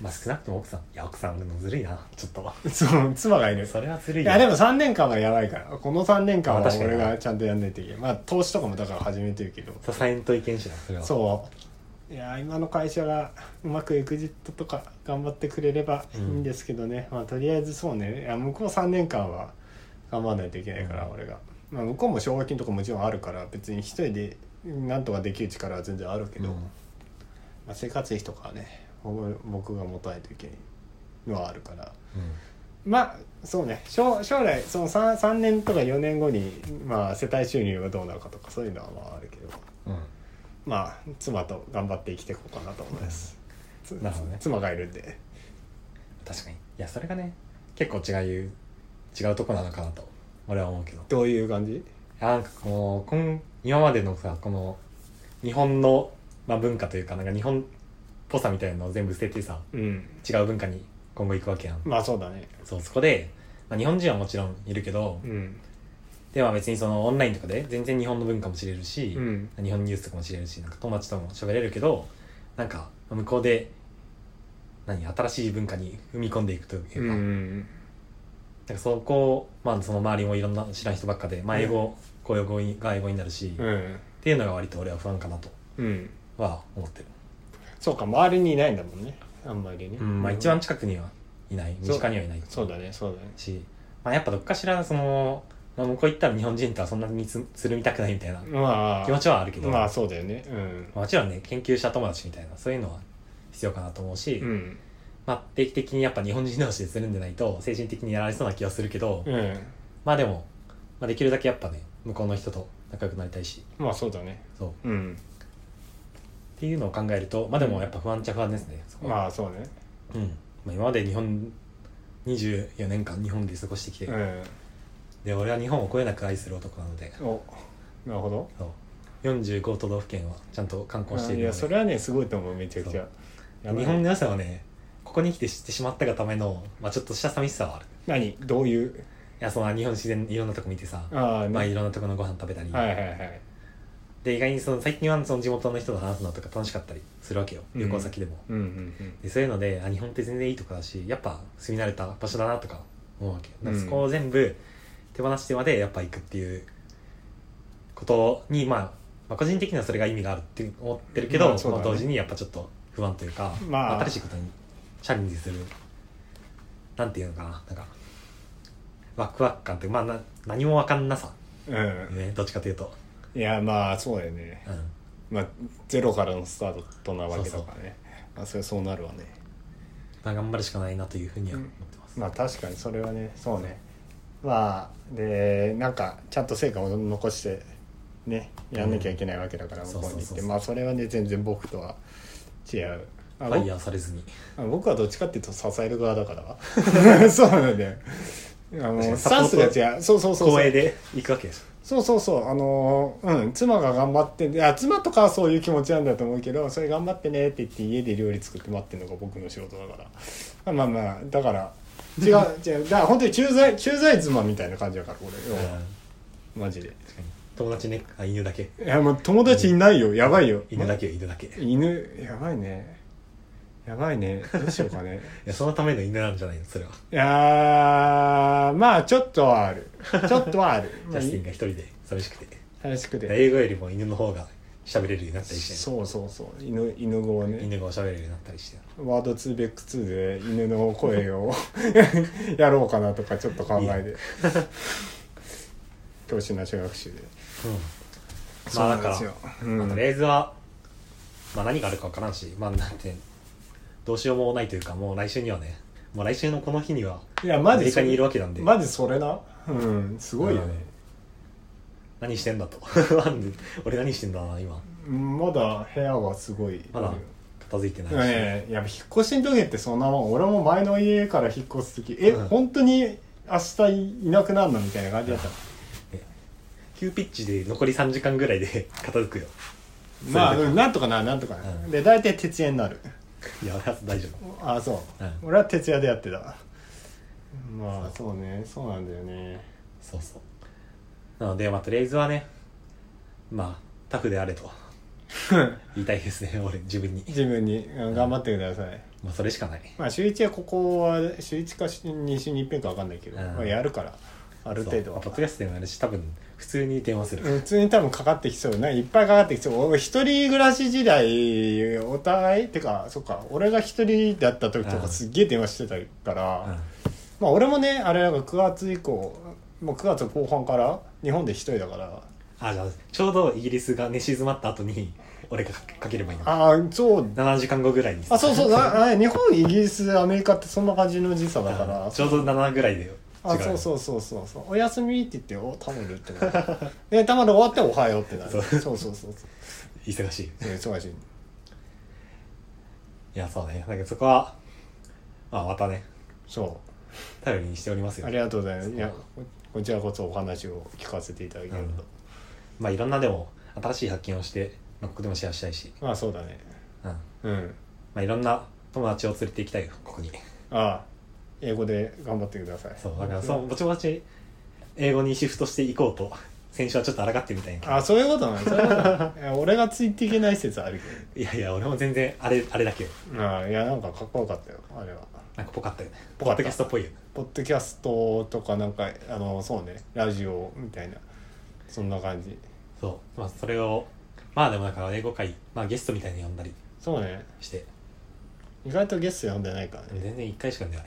Speaker 2: まあ少なくとも奥さんいや奥さんでもずるいなちょっと
Speaker 1: そう妻がいる
Speaker 2: それはずるい
Speaker 1: い
Speaker 2: よ
Speaker 1: やでも3年間はやばいからこの3年間
Speaker 2: あ
Speaker 1: は
Speaker 2: 確かに
Speaker 1: 俺がちゃんとやんないといけないまあ投資とかもだから始めてるけど
Speaker 2: 支えんといけんしなそれは
Speaker 1: そういや今の会社がうまくエグジットとか頑張ってくれればいいんですけどね、まあとりあえずそうねいや向こう3年間は頑張らないといけないから、
Speaker 2: うん
Speaker 1: 俺が、まあ、向こうも奨学金とかもちろんあるから別に一人でなんとかできる力は全然あるけど、
Speaker 2: うん
Speaker 1: まあ、生活費とかはね僕僕が持たないといけないのはあるからまあそうね将将来その 3, 3年とか4年後に、まあ、世帯収入がどうなるかとかそういうのはまああるけど
Speaker 2: うん、うん
Speaker 1: まあ妻と頑張って生きていこうかなと思います、つ
Speaker 2: なるほどね
Speaker 1: 妻がいるんで
Speaker 2: 確かにいやそれがね結構違う違うとこなのかなと俺は思うけど
Speaker 1: どういう感じ
Speaker 2: あなんかこのこん今までのさこの日本の、まあ、文化というかなんか日本っぽさみたいなのを全部捨ててさ
Speaker 1: うん
Speaker 2: 違う文化に今後行くわけやん、
Speaker 1: まあそうだね
Speaker 2: そうそこで、まあ、日本人はもちろんいるけど、
Speaker 1: うん
Speaker 2: では別にそのオンラインとかで全然日本の文化も知れるし、
Speaker 1: うん
Speaker 2: 日本ニュースとかも知れるしなんか友達とも喋れるけどなんか向こうで何新しい文化に踏み込んでいくというか,、
Speaker 1: う
Speaker 2: なん
Speaker 1: ん
Speaker 2: かそこを、まあ、その周りもいろんな知らん人ばっかで、まあ、英語、公用語が英語になるし、
Speaker 1: う
Speaker 2: っ
Speaker 1: ん、
Speaker 2: ていうのが割と俺は不安かなと
Speaker 1: うん、
Speaker 2: は思ってる、
Speaker 1: そうか周りにいないんだもんねあんまりね、
Speaker 2: うんまあ、一番近くにはいない身近にはいない
Speaker 1: そうだねそうだね
Speaker 2: し、まあ、やっぱどっかしらその、まあ、向こう行ったら日本人とはそんなにつつるみたくないみたいな
Speaker 1: まあ
Speaker 2: 気持ちはあるけど、
Speaker 1: まあそうだよねうん
Speaker 2: もちろんね研究者友達みたいなそういうのは必要かなと思うし、
Speaker 1: うん
Speaker 2: まあ、定期的にやっぱ日本人同士でするんでないと精神的にやられそうな気はするけど、
Speaker 1: うん
Speaker 2: まあでも、まあ、できるだけやっぱね向こうの人と仲良くなりたいし
Speaker 1: まあそうだね
Speaker 2: そうっ
Speaker 1: うん
Speaker 2: ていうのを考えるとまあでもやっぱ不安っちゃ不安ですねそこは、
Speaker 1: まあそうね
Speaker 2: うんまあ、今まで日本24年間日本で過ごしてきて、
Speaker 1: う
Speaker 2: で俺は日本をこよなく愛する男なので
Speaker 1: んおなるほど
Speaker 2: そう45都道府県はちゃんと観光してい
Speaker 1: い
Speaker 2: るの
Speaker 1: や
Speaker 2: で
Speaker 1: それはねすごいと思うめちゃくちゃやばい
Speaker 2: 日本の良さはねここに来て知ってしまったがための、まあ、ちょっとした寂しさはある
Speaker 1: 何どういう
Speaker 2: いやその日本自然いろんなとこ見てさ、
Speaker 1: ああ、
Speaker 2: まあ、い
Speaker 1: ね、
Speaker 2: ろんなとこのご飯食べたり、
Speaker 1: はいはいはい
Speaker 2: で意外にその最近はその地元の人と話すのとか楽しかったりするわけよ
Speaker 1: うん
Speaker 2: 旅行先でも、
Speaker 1: うんうんうん
Speaker 2: でそういうのであ日本って全然いいとこだしやっぱ住み慣れた場所だなとか思うわけよだから
Speaker 1: うん
Speaker 2: そこを全部手放してまでやっぱ行くっていうことに、まあ、まあ個人的にはそれが意味があるって思ってるけど、
Speaker 1: まあそうだね
Speaker 2: まあ同時にやっぱちょっと不安というか、
Speaker 1: まあ
Speaker 2: 新しいことにチャレンジするなんていうのかななんかワクワク感っていうかまあな何もわかんなさ、
Speaker 1: うん、
Speaker 2: ね、どっちかというと、
Speaker 1: いやまあそうだよね、
Speaker 2: うん、
Speaker 1: まあ、ゼロからのスタートなわけだからねまあ、それはそうなるわね
Speaker 2: まあ、頑張るしかないなというふうには思ってます、
Speaker 1: まあ確かにそれはねそうねまあでなんかちゃんと成果を残してねやんなきゃいけないわけだから
Speaker 2: うん
Speaker 1: 向こうに行
Speaker 2: そ
Speaker 1: っ
Speaker 2: うそうそう
Speaker 1: て
Speaker 2: そう
Speaker 1: まあそれはね全然僕とは違うあ
Speaker 2: ファイヤーされずに
Speaker 1: あ僕はどっちかっていうと支える側だから そうなんだよあ
Speaker 2: 確か
Speaker 1: の
Speaker 2: に
Speaker 1: ス
Speaker 2: サポ
Speaker 1: タン
Speaker 2: ー
Speaker 1: ス
Speaker 2: ト
Speaker 1: が違うそうそうそうそう
Speaker 2: 光栄で行くわけでし
Speaker 1: そうそうそうあのーうん妻が頑張っていや妻とかはそういう気持ちなんだと思うけどそれ頑張ってねって言って家で料理作って待ってるのが僕の仕事だからまあまあまあだから 違う違うだから本当に駐在駐在妻みたいな感じだから俺
Speaker 2: ょ、
Speaker 1: 要
Speaker 2: うん
Speaker 1: はマジで
Speaker 2: 確かに友達ねあ犬だけ
Speaker 1: いやもう友達いないよやばいよ
Speaker 2: 犬だけよ犬だけい
Speaker 1: 犬やばいねやばいねどうしようか ね
Speaker 2: やそのための犬なんじゃないのそれはい
Speaker 1: やーまあちょっとはあるちょっとはある
Speaker 2: ジャスティンが一人で寂しくて
Speaker 1: 楽しくて
Speaker 2: 英語よりも犬の方が喋れるようになったりして
Speaker 1: そうそうそう犬犬語をね
Speaker 2: 犬が喋れるようになったりして
Speaker 1: ワード 2x2 で犬の声を やろうかなとかちょっと考えて教師の小学習で
Speaker 2: まあだから
Speaker 1: そうなんですようん
Speaker 2: まあとりあえずは、まあ、何があるかわからんしまあなんてどうしようもないというかもう来週にはねもう来週のこの日にはい
Speaker 1: や
Speaker 2: ア
Speaker 1: マ
Speaker 2: メ
Speaker 1: ジ
Speaker 2: リ
Speaker 1: そ
Speaker 2: カ
Speaker 1: れ
Speaker 2: にいるわけなんで
Speaker 1: マジそれなうんすごいよね、
Speaker 2: 何してんだと 俺何してんだな今
Speaker 1: まだ部屋はすごい
Speaker 2: まだ片付いてないし、
Speaker 1: ええやっぱ引っ越しの時ってそんなもん俺も前の家から引っ越す時え、
Speaker 2: うん
Speaker 1: 本当に明日いなくなるのみたいな感じだった
Speaker 2: 急ピッチで残り3時間ぐらいで 片付くよ
Speaker 1: まあ
Speaker 2: それで
Speaker 1: うんなんとかななんとかな、
Speaker 2: うん
Speaker 1: で大体徹夜になる
Speaker 2: いや大丈夫
Speaker 1: ああそう、
Speaker 2: うん
Speaker 1: 俺は徹夜でやってたまあそうねそうなんだよね
Speaker 2: そ うそうなのでまあとりあえずはねまあタフであれと言いたいですね俺自分に
Speaker 1: 自分にうん頑張ってください
Speaker 2: まあそれしかない
Speaker 1: まあ週一はここは週一か週2週に一遍か分かんないけど、
Speaker 2: うん
Speaker 1: まあ、やるからある程度
Speaker 2: そう
Speaker 1: は
Speaker 2: ポッドキャストでもあるし多分普通に電話する、
Speaker 1: うん普通に多分かかってきそうねいっぱいかかってきそう俺一人暮らし時代お互いってかそっか俺が一人だった時と
Speaker 2: う
Speaker 1: か
Speaker 2: ん
Speaker 1: すっげえ電話してたから、
Speaker 2: うん
Speaker 1: まあ俺もねあれなんか9月以降もう9月後半から日本で一人だから
Speaker 2: あじゃあちょうどイギリスが寝静まった後に俺がかかければいいの
Speaker 1: ああそう
Speaker 2: 7時間後ぐらいに
Speaker 1: あそうそう
Speaker 2: だ
Speaker 1: なあ日本イギリスアメリカってそんな感じの時差だから
Speaker 2: ちょうど7ぐらいで
Speaker 1: あそう
Speaker 2: う
Speaker 1: そうそうそうそうおやすみって言っておタモリってなるでタモリ終わっておはようってなる
Speaker 2: そう
Speaker 1: そうそうそうそう
Speaker 2: 忙しいい
Speaker 1: そう忙しい
Speaker 2: やそうねだけどそこはまあまたね
Speaker 1: そ
Speaker 2: 頼りにしております
Speaker 1: う
Speaker 2: よ
Speaker 1: ありがとうございます
Speaker 2: そう
Speaker 1: いやここちらこそお話を聞かせていただけると、
Speaker 2: うんまあいろんなでも新しい発見をして、まあ、ここでもシェアしたいし、
Speaker 1: まあそうだね
Speaker 2: うんま
Speaker 1: うん
Speaker 2: あ、いろんな友達を連れて行きたいよここに
Speaker 1: ああ英語で頑張ってください
Speaker 2: そうだからそうぼちぼち英語にシフトしていこうと先週はちょっと抗ってみたいんやけど
Speaker 1: あそういうことなんそういうことなんいや俺がついていけない説あるけ
Speaker 2: いやいや俺も全然あれあれだけど
Speaker 1: どああいやなんかかっこよかったよあれは
Speaker 2: なんかぽかったよね
Speaker 1: ぽかった
Speaker 2: ポッドキャストっぽいよね
Speaker 1: ポッドキャストとかなんかあのそうねラジオみたいなそんな感じ
Speaker 2: そうまあそれをまあでもなんか英語会、まあ、ゲストみたいに呼んだり
Speaker 1: そうね
Speaker 2: して
Speaker 1: 意外とゲスト呼んでないからね
Speaker 2: 全然一回しか呼んでない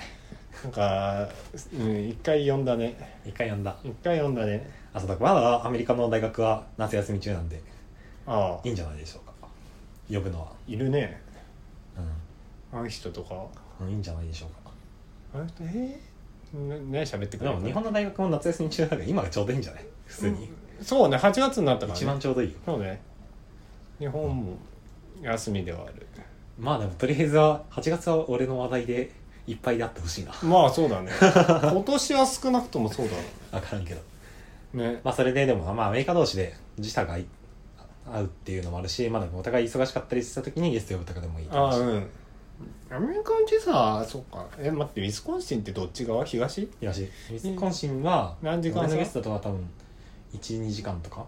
Speaker 1: なんかうん一回呼んだね
Speaker 2: 一回呼んだ
Speaker 1: 一回呼んだね
Speaker 2: あそうだまだアメリカの大学は夏休み中なんで
Speaker 1: ああ
Speaker 2: いいんじゃないでしょうか呼ぶのは、
Speaker 1: いるね
Speaker 2: う
Speaker 1: あの人とか
Speaker 2: ん、いいんじゃないでしょうか
Speaker 1: あの人えー、な何喋ってく
Speaker 2: で
Speaker 1: れる
Speaker 2: も日本の大学も夏休み中だから今がちょうどいいんじゃない普通に、
Speaker 1: そうね8月になったから、ね、
Speaker 2: 一番ちょうどいいよ
Speaker 1: そうね日本も休みではある
Speaker 2: まあでもとりあえずは8月は俺の話題でいっぱいであってほしいな
Speaker 1: まあそうだ ね今年は少なくともそうだろ
Speaker 2: 分からんけど
Speaker 1: うね
Speaker 2: まあそれででもまあアメリカ同士で時差が合い合うっていうのもあるしまあでもお互い忙しかったりした時にゲスト呼ぶとかでもいいと
Speaker 1: あ
Speaker 2: 思う
Speaker 1: あ
Speaker 2: し
Speaker 1: うんアメリカの時差そうかえ待ってウィスコンシンってどっち側東
Speaker 2: 東ウィスコンシンは
Speaker 1: 何時間差
Speaker 2: 俺のゲストとは多分12時間とか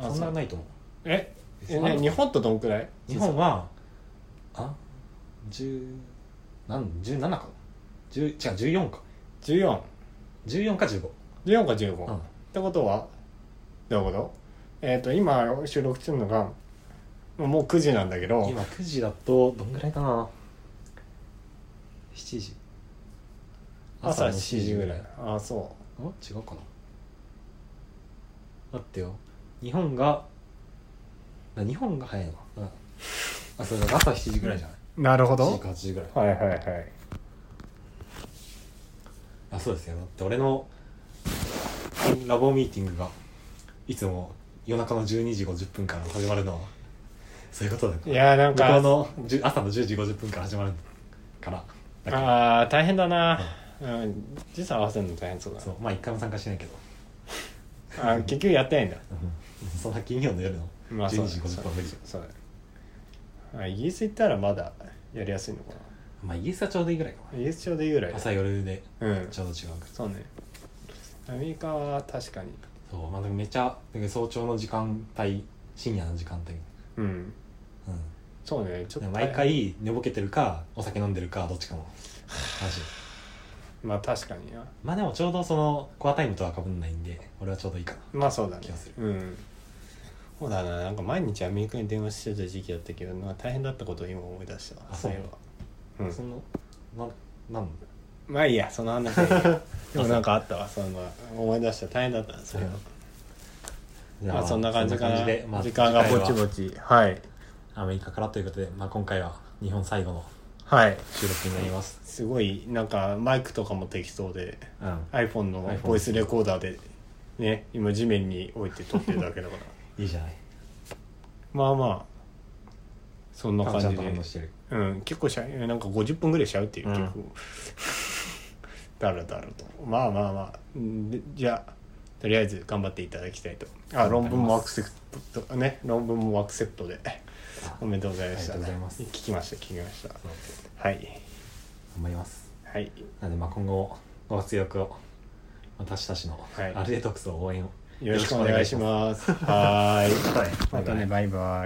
Speaker 2: そんなないと思う
Speaker 1: ええ、
Speaker 2: あ
Speaker 1: ね、
Speaker 2: の
Speaker 1: 日本とどんくらい
Speaker 2: 日本はあ十なん17か10違う14か
Speaker 1: 1414
Speaker 2: 14か15、
Speaker 1: か15、
Speaker 2: う
Speaker 1: っ
Speaker 2: ん、
Speaker 1: てことはどういうことえっ、と今収録してるのがもう9時なんだけど
Speaker 2: 今9時だとどんぐらいかな7時
Speaker 1: 朝
Speaker 2: の
Speaker 1: 7時ぐらい
Speaker 2: ん
Speaker 1: ああそ
Speaker 2: 違うかな待ってよ日本がな日本が早いのかなあそうだ朝7時ぐらいじゃないう
Speaker 1: なるほ
Speaker 2: 7時か8時ぐら
Speaker 1: は
Speaker 2: い
Speaker 1: いはいはい
Speaker 2: あそうですよだって俺のラボミーティングがいつも夜中の12時50分から始まるのはそういうことだよ
Speaker 1: いやーなん
Speaker 2: 向こ
Speaker 1: か
Speaker 2: うの10朝の10時50分から始まるからだから
Speaker 1: ああ大変だな、うん、時差合わせるの大変そうだ
Speaker 2: そうまあ一回も参加しないけど
Speaker 1: あー結局やってないんだ
Speaker 2: そんな金曜の夜の
Speaker 1: まあ
Speaker 2: 12
Speaker 1: そうだ
Speaker 2: 時50分は無理
Speaker 1: そうだあイギリス行ったらまだやりやすいのか
Speaker 2: まあイギリスはちょうどいいぐらいか
Speaker 1: なイギリスちょうどいいぐらい
Speaker 2: な
Speaker 1: だ
Speaker 2: 朝夜で
Speaker 1: うん
Speaker 2: ちょうど違うから
Speaker 1: そうねアメリカは確かに
Speaker 2: そうまあでもめちゃだけど早朝の時間帯深夜の時間
Speaker 1: う
Speaker 2: 帯
Speaker 1: ん
Speaker 2: うん
Speaker 1: そうねちょっと
Speaker 2: でも
Speaker 1: 大変
Speaker 2: 毎回寝ぼけてるかお酒飲んでるかどっちかの話
Speaker 1: まあ確かにな
Speaker 2: まあでもちょうどそのコアタイムとはかぶんないんで俺はちょうどいいかな
Speaker 1: まあそうだね
Speaker 2: 気がする
Speaker 1: うんそうだななんか毎日アメリカに電話してた時期だったけどなんか大変だったことを今思い出したわ
Speaker 2: あそう
Speaker 1: いえばうん
Speaker 2: そのななん
Speaker 1: まあいい やその話はいいやでもなんかあったわその思い出した大変だったんですけど
Speaker 2: うんじゃ
Speaker 1: まあそんな感じかな
Speaker 2: で、まあ、
Speaker 1: 時間がぼち
Speaker 2: 次回
Speaker 1: ぼちはい
Speaker 2: はアメリカからということで、まあ、今回は日本最後の
Speaker 1: はい
Speaker 2: 収録になります
Speaker 1: すごいなんかマイクとかも適当で
Speaker 2: うん
Speaker 1: iPhone の
Speaker 2: iPhone
Speaker 1: ボイスレコーダーでね今地面に置いて撮ってるだけだ から
Speaker 2: いいじゃない
Speaker 1: まあまあそんな感
Speaker 2: ち
Speaker 1: じ
Speaker 2: ゃんと
Speaker 1: で
Speaker 2: 話してる
Speaker 1: うん結構しゃなんか50分ぐらいしゃうっていう、
Speaker 2: うん
Speaker 1: 結構 だらだらとまあまあまあんでじゃあとりあえず頑張っていただきたいとあ論文もアクセプトね論文もアクセプトでおめでとうございました
Speaker 2: ありがとうございます
Speaker 1: 聞きました聞きました
Speaker 2: そう
Speaker 1: はい
Speaker 2: 頑張ります
Speaker 1: はい
Speaker 2: なのでまあ今後もご活躍を私たちの
Speaker 1: はい
Speaker 2: アルデトックスを応援を
Speaker 1: よろしくお願いします。はーい。
Speaker 2: はい
Speaker 1: またね、バイバイ。